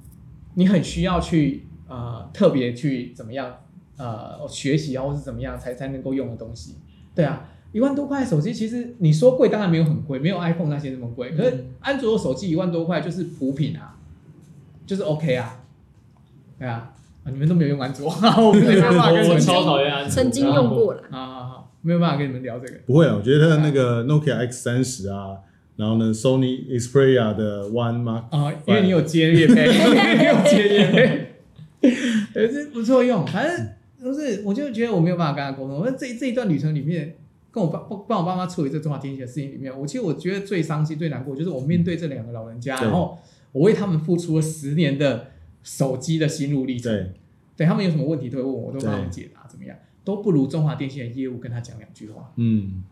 S2: 你很需要去呃特别去怎么样呃学习啊，或是怎么样才才能够用的东西。对啊，一万多块的手机，其实你说贵当然没有很贵，没有 iPhone 那些那么贵，可是
S3: 嗯
S2: 安卓手机一万多块就是普品啊，就是 OK 啊，对啊，啊你们都没有用安卓， 我没办
S4: 啊
S2: 法跟你
S3: 我
S2: 们讲
S3: 我超讨厌安卓，
S1: 曾经用过了，
S2: 好好好，没有办法跟你们聊这个。
S4: 不会啊，我觉得那个 Nokia X 三十啊，然后呢，Sony Xperia 的 One Mark
S2: 啊，因为你有接业 配，你有接业配，也是不错用。反正就是，我就觉得我没有办法跟他沟通。我说这这一段旅程里面，跟我爸帮帮我爸妈处理这中华天气的事情里面，我其实我觉得最伤心、最难过，就是我面对这两个老人家，
S4: 对
S2: 然后我为他们付出了十年的手机的心路历程。
S4: 对
S2: 对他们有什么问题都会问我，我都帮他们解答，怎么样都不如中华电信的业务跟他讲两句话。
S4: 嗯，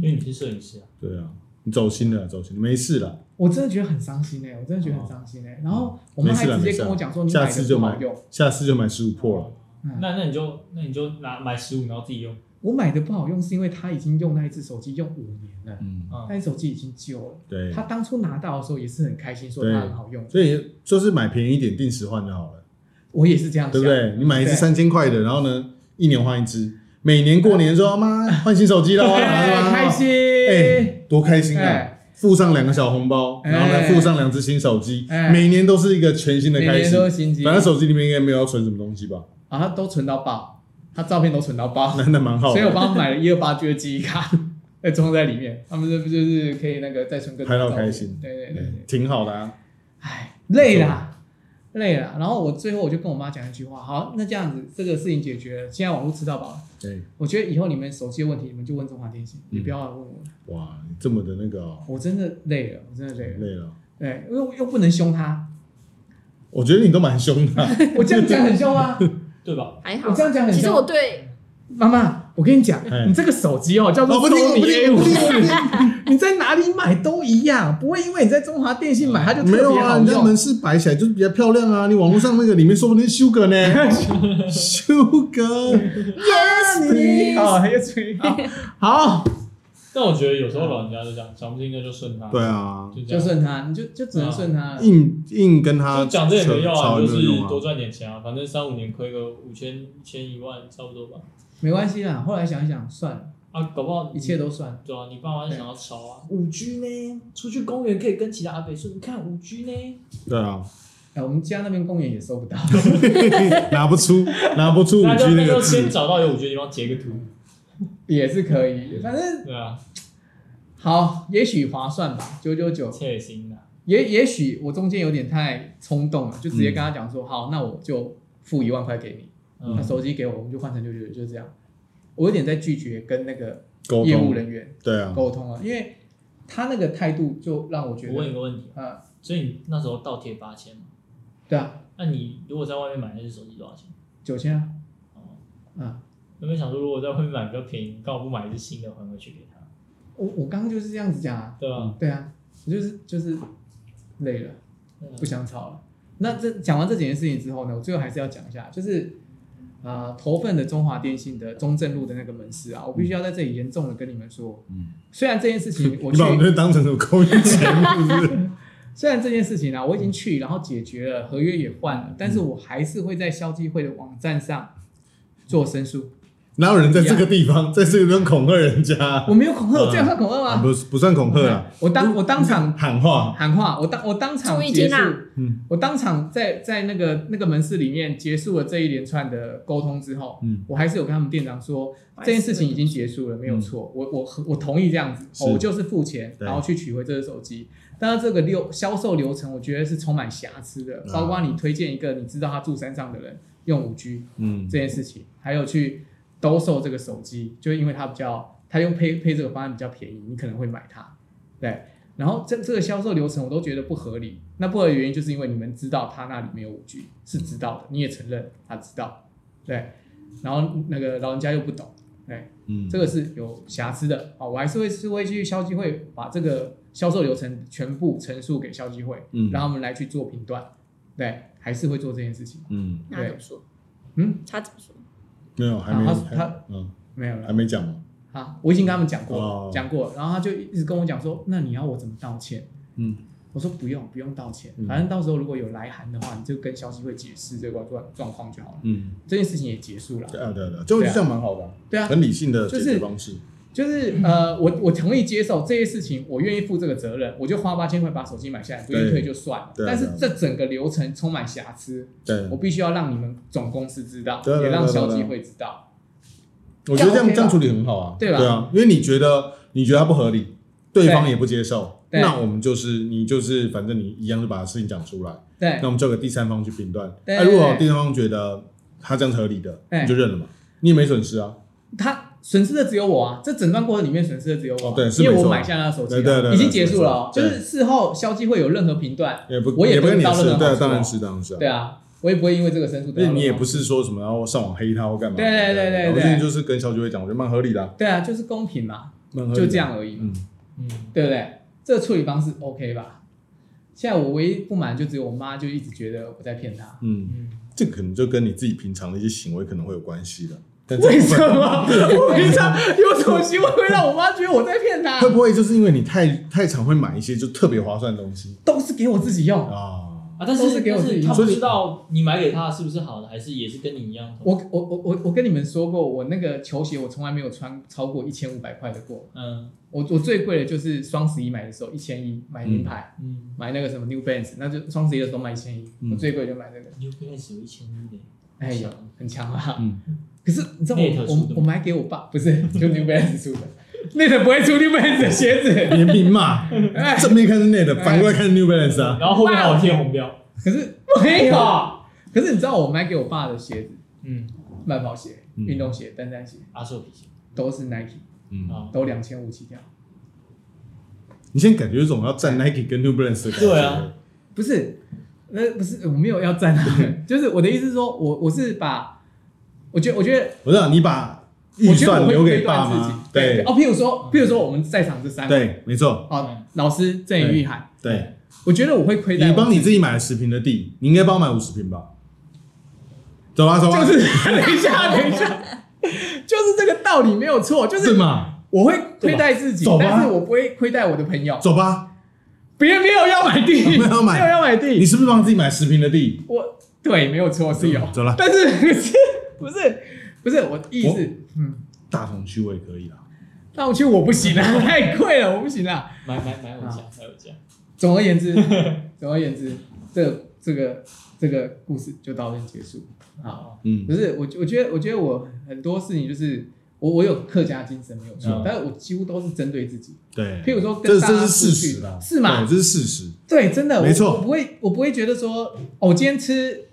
S3: 因为你是摄影师啊，
S4: 对啊，你走心了，走心了，没事了，
S2: 我真的觉得很伤心哎、我真的觉得很伤心哎、然后我妈
S4: 哦嗯没
S2: 还
S4: 事啦
S2: 直接
S4: 没事啦
S2: 跟我讲说，你
S4: 下
S2: 买
S4: 次
S2: 的
S4: 就
S2: 不
S4: 买
S2: 好用。
S4: 下次就买十五 Pro 了。
S2: 嗯
S3: 那那你就那你就拿买十五，然后自己用。
S2: 我买的不好用，是因为他已经用那一只手机用五年了，
S4: 嗯，
S3: 嗯
S2: 那一只手机已经旧了。
S4: 对
S2: 他，当初拿到的时候也是很开心，说它很好用。
S4: 所以就是买便宜一点，定时换就好了，
S2: 我也是这样想，
S4: 对不对？你买一只
S2: 对啊
S4: 三千块的，然后呢，一年换一只，每年过年 说妈换新手啊机了，然后
S2: 哎
S4: 呢
S2: 开，心，
S4: 哎，多开心啊！
S2: 哎，
S4: 附上两个小红包，然后
S2: 哎
S4: 呢，附上两只新手机
S2: 哎，
S4: 每年都是一个全新的
S2: 每
S4: 开
S2: 年
S4: 始。
S2: 都心机，
S4: 反正手机里面应该没有要存什么东西吧？
S2: 啊，他都存到爆，他照片都存到爆，
S4: 那 那蛮好
S2: 所以我
S4: 的，
S2: 帮他买了一二八 G 的记忆卡， 在装在里面，他们这不就是可以那个再存更多
S4: 拍到
S2: 照片
S4: 开心
S2: 对对对对。
S4: 挺好的啊。
S2: 唉，累啦，累啦。然后我最后我就跟我妈讲一句话，好，那这样子这个事情解决了，现在网络吃到饱了。
S4: 对，
S2: 我觉得以后你们手机的问题，你们就问中华电信，你
S4: 嗯
S2: 不要来问我，
S4: 哇，你这么的那个哦
S2: 我真的累了，我真的累了。
S4: 累了，哦
S2: 对， 因为我又不能凶他，
S4: 我觉得你都蛮凶的啊。
S2: 我这样讲很凶吗？
S3: 对吧？
S1: 还好
S2: 我这样讲很
S1: 其实
S2: 像
S1: 我对
S2: 妈妈，我跟你讲
S4: 哎，
S2: 你这个手机哦，叫做
S4: 哦不听我
S2: Sony
S4: 不听
S2: A
S4: 我不
S2: 五，
S4: 听我不听，
S2: 你在哪里买都一样，不会因为你在中华电信买它就
S4: 没
S2: 特
S4: 有
S2: 别
S4: 啊，
S2: 好
S4: 人家门
S2: 用。
S4: 市摆起来就是比较漂亮啊。你网络上那个里面说不定是修格呢，修格
S2: 啊
S1: yes
S2: 好
S4: 哦
S1: please，
S2: yes please 好，
S3: 但我觉得有时候老人家就这样，讲不听的就顺他，
S4: 对，啊，
S3: 就这
S2: 就
S3: 样。
S2: 顺他，你就就只能顺他。
S4: 硬硬跟他
S3: 就讲这也没用啊，
S4: 吵
S3: 你
S4: 也
S3: 就
S4: 没有
S3: 是
S4: 用啊
S3: 多赚点钱啊，反正三五年亏个五千、一千、一万，差不多吧。
S2: 没关系啦，后来想一想，算了，
S3: 啊，搞不好你
S2: 一切都算。
S3: 对啊，你爸妈就想要吵啊。五 G 呢，出去公园可以跟其他阿北说，你看五 G 呢，
S4: 对啊，
S2: 哎，我们家那边公园也收不到，
S4: 拿不出拿不出五
S3: 大家
S4: G 那
S3: 就
S4: 个
S3: 先
S4: 字，
S3: 找到有五 G 的地方截个图，
S2: 也是可以，反正
S3: 对啊，
S2: 好，也许划算吧，九九九。
S3: 切心啊的。
S2: 也也许我中间有点太冲动了，就直接跟他讲说，好，那我就付一万块给你，
S3: 嗯
S2: 那，手机给我，我们就换成九九九，就是这样。我有点在拒绝跟那个
S4: 沟
S2: 业务
S4: 通
S2: 人员
S4: 对啊，
S2: 沟通了，因为他那个态度就让我觉
S3: 我问一
S2: 得，
S3: 个问题，
S2: 啊，
S3: 所以你那时候倒贴八千嘛？
S2: 对啊，
S3: 那你如果在外面买那只手机多少钱？
S2: 九千啊，
S3: 哦，
S2: 啊，
S3: 有没有想说如果在外面买比较便宜，刚好不买一只新的还回去给他？
S2: 我我刚刚就是这样子讲啊，
S3: 对啊，
S2: 对啊，我就是就是累了。
S3: 对啊
S2: 不想吵了。那这讲完这几件事情之后呢，我最后还是要讲一下，就是呃，头份的中华电信的中正路的那个门市啊，我必须要在这里严重的跟你们说，
S4: 嗯
S2: 虽然这件事情我
S4: 你
S2: 去
S4: 把，我们当成什么公益节目 是不是？
S2: 虽然这件事情啊，
S4: 嗯
S2: 我已经去，然后解决了，合约也换了，但是我还是会在消基会的网站上做申诉。
S4: 哪有人在这个地方 在这个地方恐吓人家？
S2: 我没有恐吓，
S4: 嗯
S2: 我这样算恐吓
S4: 啊
S2: 吗？
S4: 不是不算恐吓啊，
S2: 我当我当场
S4: 喊话，
S2: 喊话，我当我当场
S1: 注意
S2: 结
S1: 听
S2: 束
S1: 啊。
S4: 嗯
S2: 我当场在在那个那个门市里面结束了这一连串的沟通之后，
S4: 嗯
S2: 我还是有跟他们店长说这件事情已经结束了，没有错，我我我同意这样子，
S4: 是
S2: 哦、我就是付钱，
S4: 对
S2: 然后去取回这个手机。但是这个流销售流程，我觉得是充满瑕疵的，
S4: 啊
S2: 包括你推荐一个你知道他住山上的人用五 G
S4: 嗯
S2: 这件事情，还有去兜售这个手机，就因为它比较，它用配配这个方案比较便宜，你可能会买它，对。然后这这个销售流程我都觉得不合理，那不合理的原因就是因为你们知道他那里没有五 G，是知道的，你也承认他知道，对。然后那个老人家又不懂，对，
S4: 嗯
S2: 这个是有瑕疵的啊、我还是会是会去消基会把这个销售流程全部陈述给消基会，
S4: 嗯
S2: 让他们来去做评断，对，还是会做这件事情，
S4: 嗯
S1: 那他怎么说？
S2: 嗯，
S1: 他怎么说？
S4: 没有还没
S2: 啊他
S4: 还嗯
S2: 没有了
S4: 还。没讲嘛，
S2: 啊，我已经跟他们讲过，
S4: 哦
S2: 讲、过，然后他就一直跟我讲说，那你要我怎么道歉？
S4: 嗯
S2: 我说不用，不用道歉，
S4: 嗯
S2: 反正到时候如果有来函的话，你就跟消息会解释这个状状况就好了。
S4: 嗯
S2: 这件事情也结束了。
S4: 对啊对啊对啊，就这样蛮好的啊，
S2: 对啊，
S4: 很理性的
S2: 就
S4: 解
S2: 是
S4: 决方式，
S2: 就是呃，我我同意接受这些事情，我愿意负这个责任，我就花八千块把手机买下来，不愿意
S4: 对
S2: 退就算了。
S4: 对啊
S2: 但是
S4: 对啊
S2: 这整个流程充满瑕疵，
S4: 对
S2: 我，必须要让你们总公司知道，
S4: 对啊对啊
S2: 也让
S4: 对啊
S2: 消
S4: 对
S2: 息
S4: 啊
S2: 会知道。
S4: 我觉得这样
S2: 这样 OK 吧
S4: 这样处理很好啊，
S2: 对吧
S4: 啊，因为你觉得你觉得它不合理，对方也不接受，
S2: 对
S4: 那我们就是你就是反正你一样就把事情讲出来，
S2: 对
S4: 那我们交给第三方去评断。
S2: 对
S4: 那如果第三方觉得他这样是合理的，
S2: 对
S4: 你就认了嘛，你也没损失啊。
S2: 他损失的只有我啊，这整段过程里面损失的只有我啊、
S4: 哦对是
S2: 因为
S4: 没
S2: 我
S4: 错啊
S2: 买下那个手机了，
S4: 对对对对
S2: 已经结束了、哦，
S4: 是
S2: 就
S4: 没错
S2: 是事后消基会有任何评断，
S4: 也不，
S2: 我也
S4: 也不跟你
S2: 得
S4: 的
S2: 不到任
S4: 事，
S2: 何
S4: 对
S2: 好
S4: 啊，
S2: 处啊
S4: 当然是，当然是啊。
S2: 对啊，我也不会因为这个申诉得
S4: 而
S2: 到
S4: 且
S2: 任何
S4: 你也不是说什么要上网黑他或干嘛。
S2: 啊
S4: 啊
S2: 对对对对对
S4: 我最近就是跟小九会讲，我觉得蛮合理的啊，
S2: 对啊，就是公平嘛，
S4: 蛮合理的。
S2: 就这。样而已嘛，
S4: 嗯，
S3: 嗯，
S2: 对不对？这个处理方式 OK 吧？现在我唯一不满就只有我妈，就一直觉得我在骗她。
S4: 嗯，
S3: 嗯，
S4: 这可能就跟你自己平常的一些行为可能会有关系的。但这
S2: 为什么？我平常有什么行为会让我妈觉得我在骗她
S4: 会？不会就是因为你太太常会买一些就特别划算的东西
S2: 都是给我自己用。
S4: 啊？
S3: 啊，但
S2: 都
S3: 是
S2: 是给我
S3: 但
S2: 自己
S3: 是他
S4: 所
S3: 不
S4: 以你
S3: 知道你买给他是不是好的，还是也是跟你一样的。
S2: 我我我我我跟你们说过，我那个球鞋我从来没有穿超过一千五百块的过。
S3: 嗯
S2: 我我最贵的就是双十一买的时候一千一买名牌，
S3: 嗯
S2: 买那个什么 New Balance，那就双十一的时候买一千一，
S4: 嗯
S2: 我最贵就买那个，
S3: ，New Balance 有一千一的，
S2: 哎呀，很强啊！
S4: 嗯
S2: 可是你知道我
S3: Nate 出的吗
S2: 我我买给我爸，不是就 New Balance 出的，那个不会出 New Balance 的鞋子，
S4: 别明嘛，
S2: 哎，
S4: 正面看是内的，反过来看是 New Balance 啊。
S3: 然后后面还有贴红标。
S2: 可是没有，可是你知道我买给我爸的鞋子，
S3: 嗯，
S2: 慢跑鞋、
S4: 嗯
S2: 运动鞋、登山鞋
S3: 阿寿皮鞋
S2: 都是 Nike，
S4: 嗯
S3: 啊，
S2: 都两千五起跳，
S4: 你现在感觉有种要站 Nike 跟 New Balance 的感觉。
S3: 对啊，
S2: 不是，那不是我没有要赞他们，就是我的意思是说，我我是把我觉得我觉得
S4: 我知道你把预
S2: 我觉得
S4: 算
S2: 我
S4: 留
S2: 会
S4: 给
S2: 推
S4: 爸
S2: 断自己
S4: 妈，，对
S2: 哦，譬如说譬如说我们在场这三位，
S4: 对，没错，
S2: 好，老师郑宇玉涵，
S4: 对，
S2: 我觉得我会亏待
S4: 你
S2: 我
S4: 帮你自己买了十平的地，你应该帮我买五十平吧？走吧，走吧，
S2: 就是 等一下，等一下，就是这个道理没有错，就是是
S4: 嘛，
S2: 我会亏待自己
S4: 对吧走，吧
S2: 但是我不会亏待我的朋友。
S4: 走吧，
S2: 别人没有要买地，
S4: 没有买
S2: 没有要买
S4: 你
S2: 地，
S4: 是不是帮自己买十平的地？
S2: 我对没有错是有，
S4: 走了，
S2: 但是 不是不是不是我意
S4: 我
S2: 思，嗯，
S4: 大同区我也可以啦。
S2: 那我去我不行啊，太贵了，我不行啊。
S3: 买买买我家，买我家。
S2: 总而 言之，总而言之，这这个这个故事就到这里结束啊。
S3: 好，
S4: 嗯
S2: 不是我，我觉得，我觉得我很多事情就是我，我有客家精神没有错，
S3: 嗯
S2: 但是我几乎都是针对自己。
S4: 对，
S2: 譬如说跟
S4: 这
S2: 大家
S4: 这是事
S2: 出去
S4: 实啦，
S2: 是吗
S4: 对这是事实。
S2: 对，真的，我
S4: 没错
S2: 我不会，我不会觉得说，哦，我今天吃，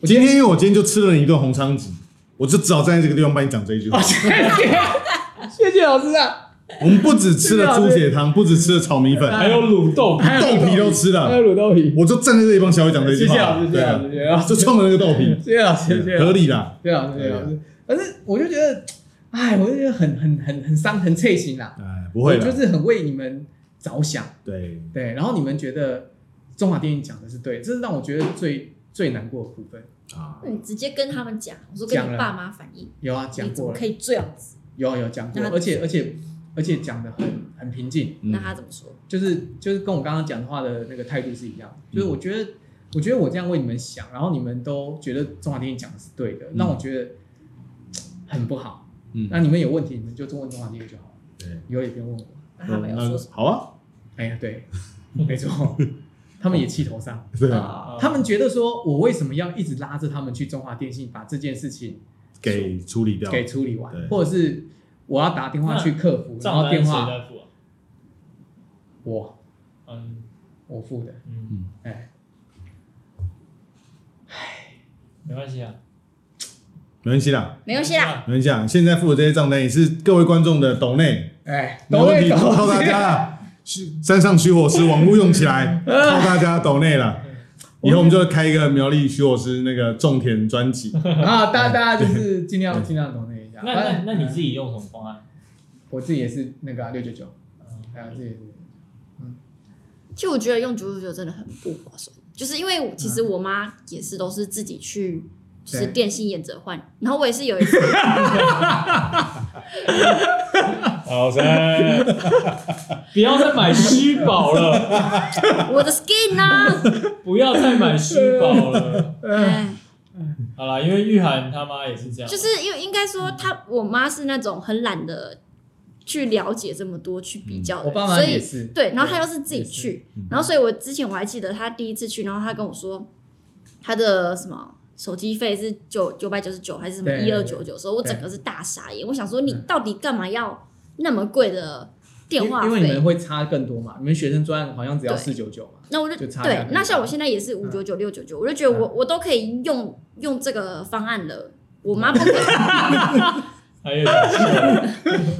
S2: 我
S4: 今天因为我今天就吃了你一顿红肠子，我就只好站在这个地方帮你讲这一句话
S2: 哦，。谢 谢，谢谢老师啊，
S4: 我们不止吃了猪血汤，不止吃了炒米粉，
S3: 还有卤豆皮，
S2: 哎还有
S4: 豆皮都吃
S2: 还
S4: 了，
S2: 有卤豆皮，
S4: 我就站在这里帮小伟讲这
S2: 谢
S4: 句
S2: 谢
S4: 话
S2: 老师，。谢
S4: 嗯对
S2: 谢老
S4: 啊
S2: 师，，谢谢老师，
S4: 就冲着那个豆皮，
S2: 谢谢老师，谢啊谢
S4: 合
S2: 老师，
S4: 理啦。
S2: 谢谢老师，谢谢老师。反正我就觉得，哎，我就觉得很很很很伤，很脆心啊啦，
S4: 哎，不会
S2: 我就
S4: 啦，
S2: 是很为你们着想。
S4: 对，
S2: 对，然后你们觉得中华电影讲的是对，这是让我觉得最最难过的部分。
S4: 啊，
S1: 你直接跟他们讲，我说跟
S2: 讲
S1: 你
S2: 了
S1: 爸妈反映，
S2: 有啊，
S1: 你
S2: 讲
S1: 怎
S2: 过
S1: 么
S2: 了
S1: 可，以这样子？
S2: 有啊有讲过，
S1: 那
S2: 而且而且而且讲的很很平静，
S4: 嗯
S1: 那他怎么说？
S2: 就是就是跟我刚刚讲的话的那个态度是一样的，就是
S4: 嗯
S2: 我觉得。我觉得我这样为你们想，然后你们都觉得中华电影讲的是对的，让我觉得很不好。
S4: 嗯，
S2: 那你们有问题，你们就问中华电影就好了，
S4: 对，
S2: 以后也不用问我。
S1: 那他们有说什么？
S4: 好啊，
S2: 哎呀，对，没 错，他们也气头上。
S4: 对啊，
S1: 啊
S2: 他们觉得说，我为什么要一直拉着他们去中华电信把这件事情
S4: 给处理掉，
S2: 给处理完
S4: 对，
S2: 或者是我要打电话去客服，然
S3: 账
S2: 后
S3: 单谁
S2: 电话
S3: 在付啊？
S2: 我
S3: 嗯
S2: 我付的，
S3: 嗯，
S2: 哎，
S3: 没关系啊，
S4: 没关系啦，
S1: 没关系啦，
S4: 没关系啊。现在付的这些账单也是各位观众的抖内，
S2: 哎，
S4: 没问题，
S2: 懂
S4: 靠大家啦。虚山上虚火师网络用起来，靠大家抖内啦。以后我们就开一个苗栗虚火师那个种田专辑，
S2: 啊，大家大家就是尽量尽量懂那一下。
S3: 那那那你
S2: 反
S3: 自
S2: 正，
S3: 己用什么方案？
S2: 我自己也是那个六九九，还有
S3: 嗯
S2: 自己也是
S1: 其实我觉得用九九九真的很不划算，就是因为其实我妈也是都是自己去，就是
S2: 对
S1: 电信演着换，然后我也是有一次，
S3: 好噻，不要再买虚宝 了，
S1: 我的 skin 呢、
S3: 不要再买虚宝了。
S1: 哎，
S3: 好啦，因为玉涵他妈也是这样，
S1: 就是因为应该
S2: 嗯
S1: 说她，我妈是那种很懒得去了解这么多去比较的
S2: 嗯我
S1: 人，
S2: 爸妈
S1: 所
S2: 也
S1: 以
S2: 是，
S1: 对，然后她又是自己去
S4: 嗯，
S1: 然后所以我之前我还记得她第一次去，然后她跟我说她的什么。手机费是九九百九十九还是什么
S2: 对嗯
S1: 一二九九？的时候我整个是大傻眼，我想说你到底干嘛要那么贵的电话
S2: 因为因为你们
S1: 费？
S2: 会差更多嘛，你们学生专案好像只要
S1: 对
S2: 四九九嘛，
S1: 那我就
S2: 就差两
S1: 对
S2: 个，嗯
S1: 那像我现在也是五九九六九九，我就觉得我我都可以用用这个方案了，我 妈不可以。
S3: 还有点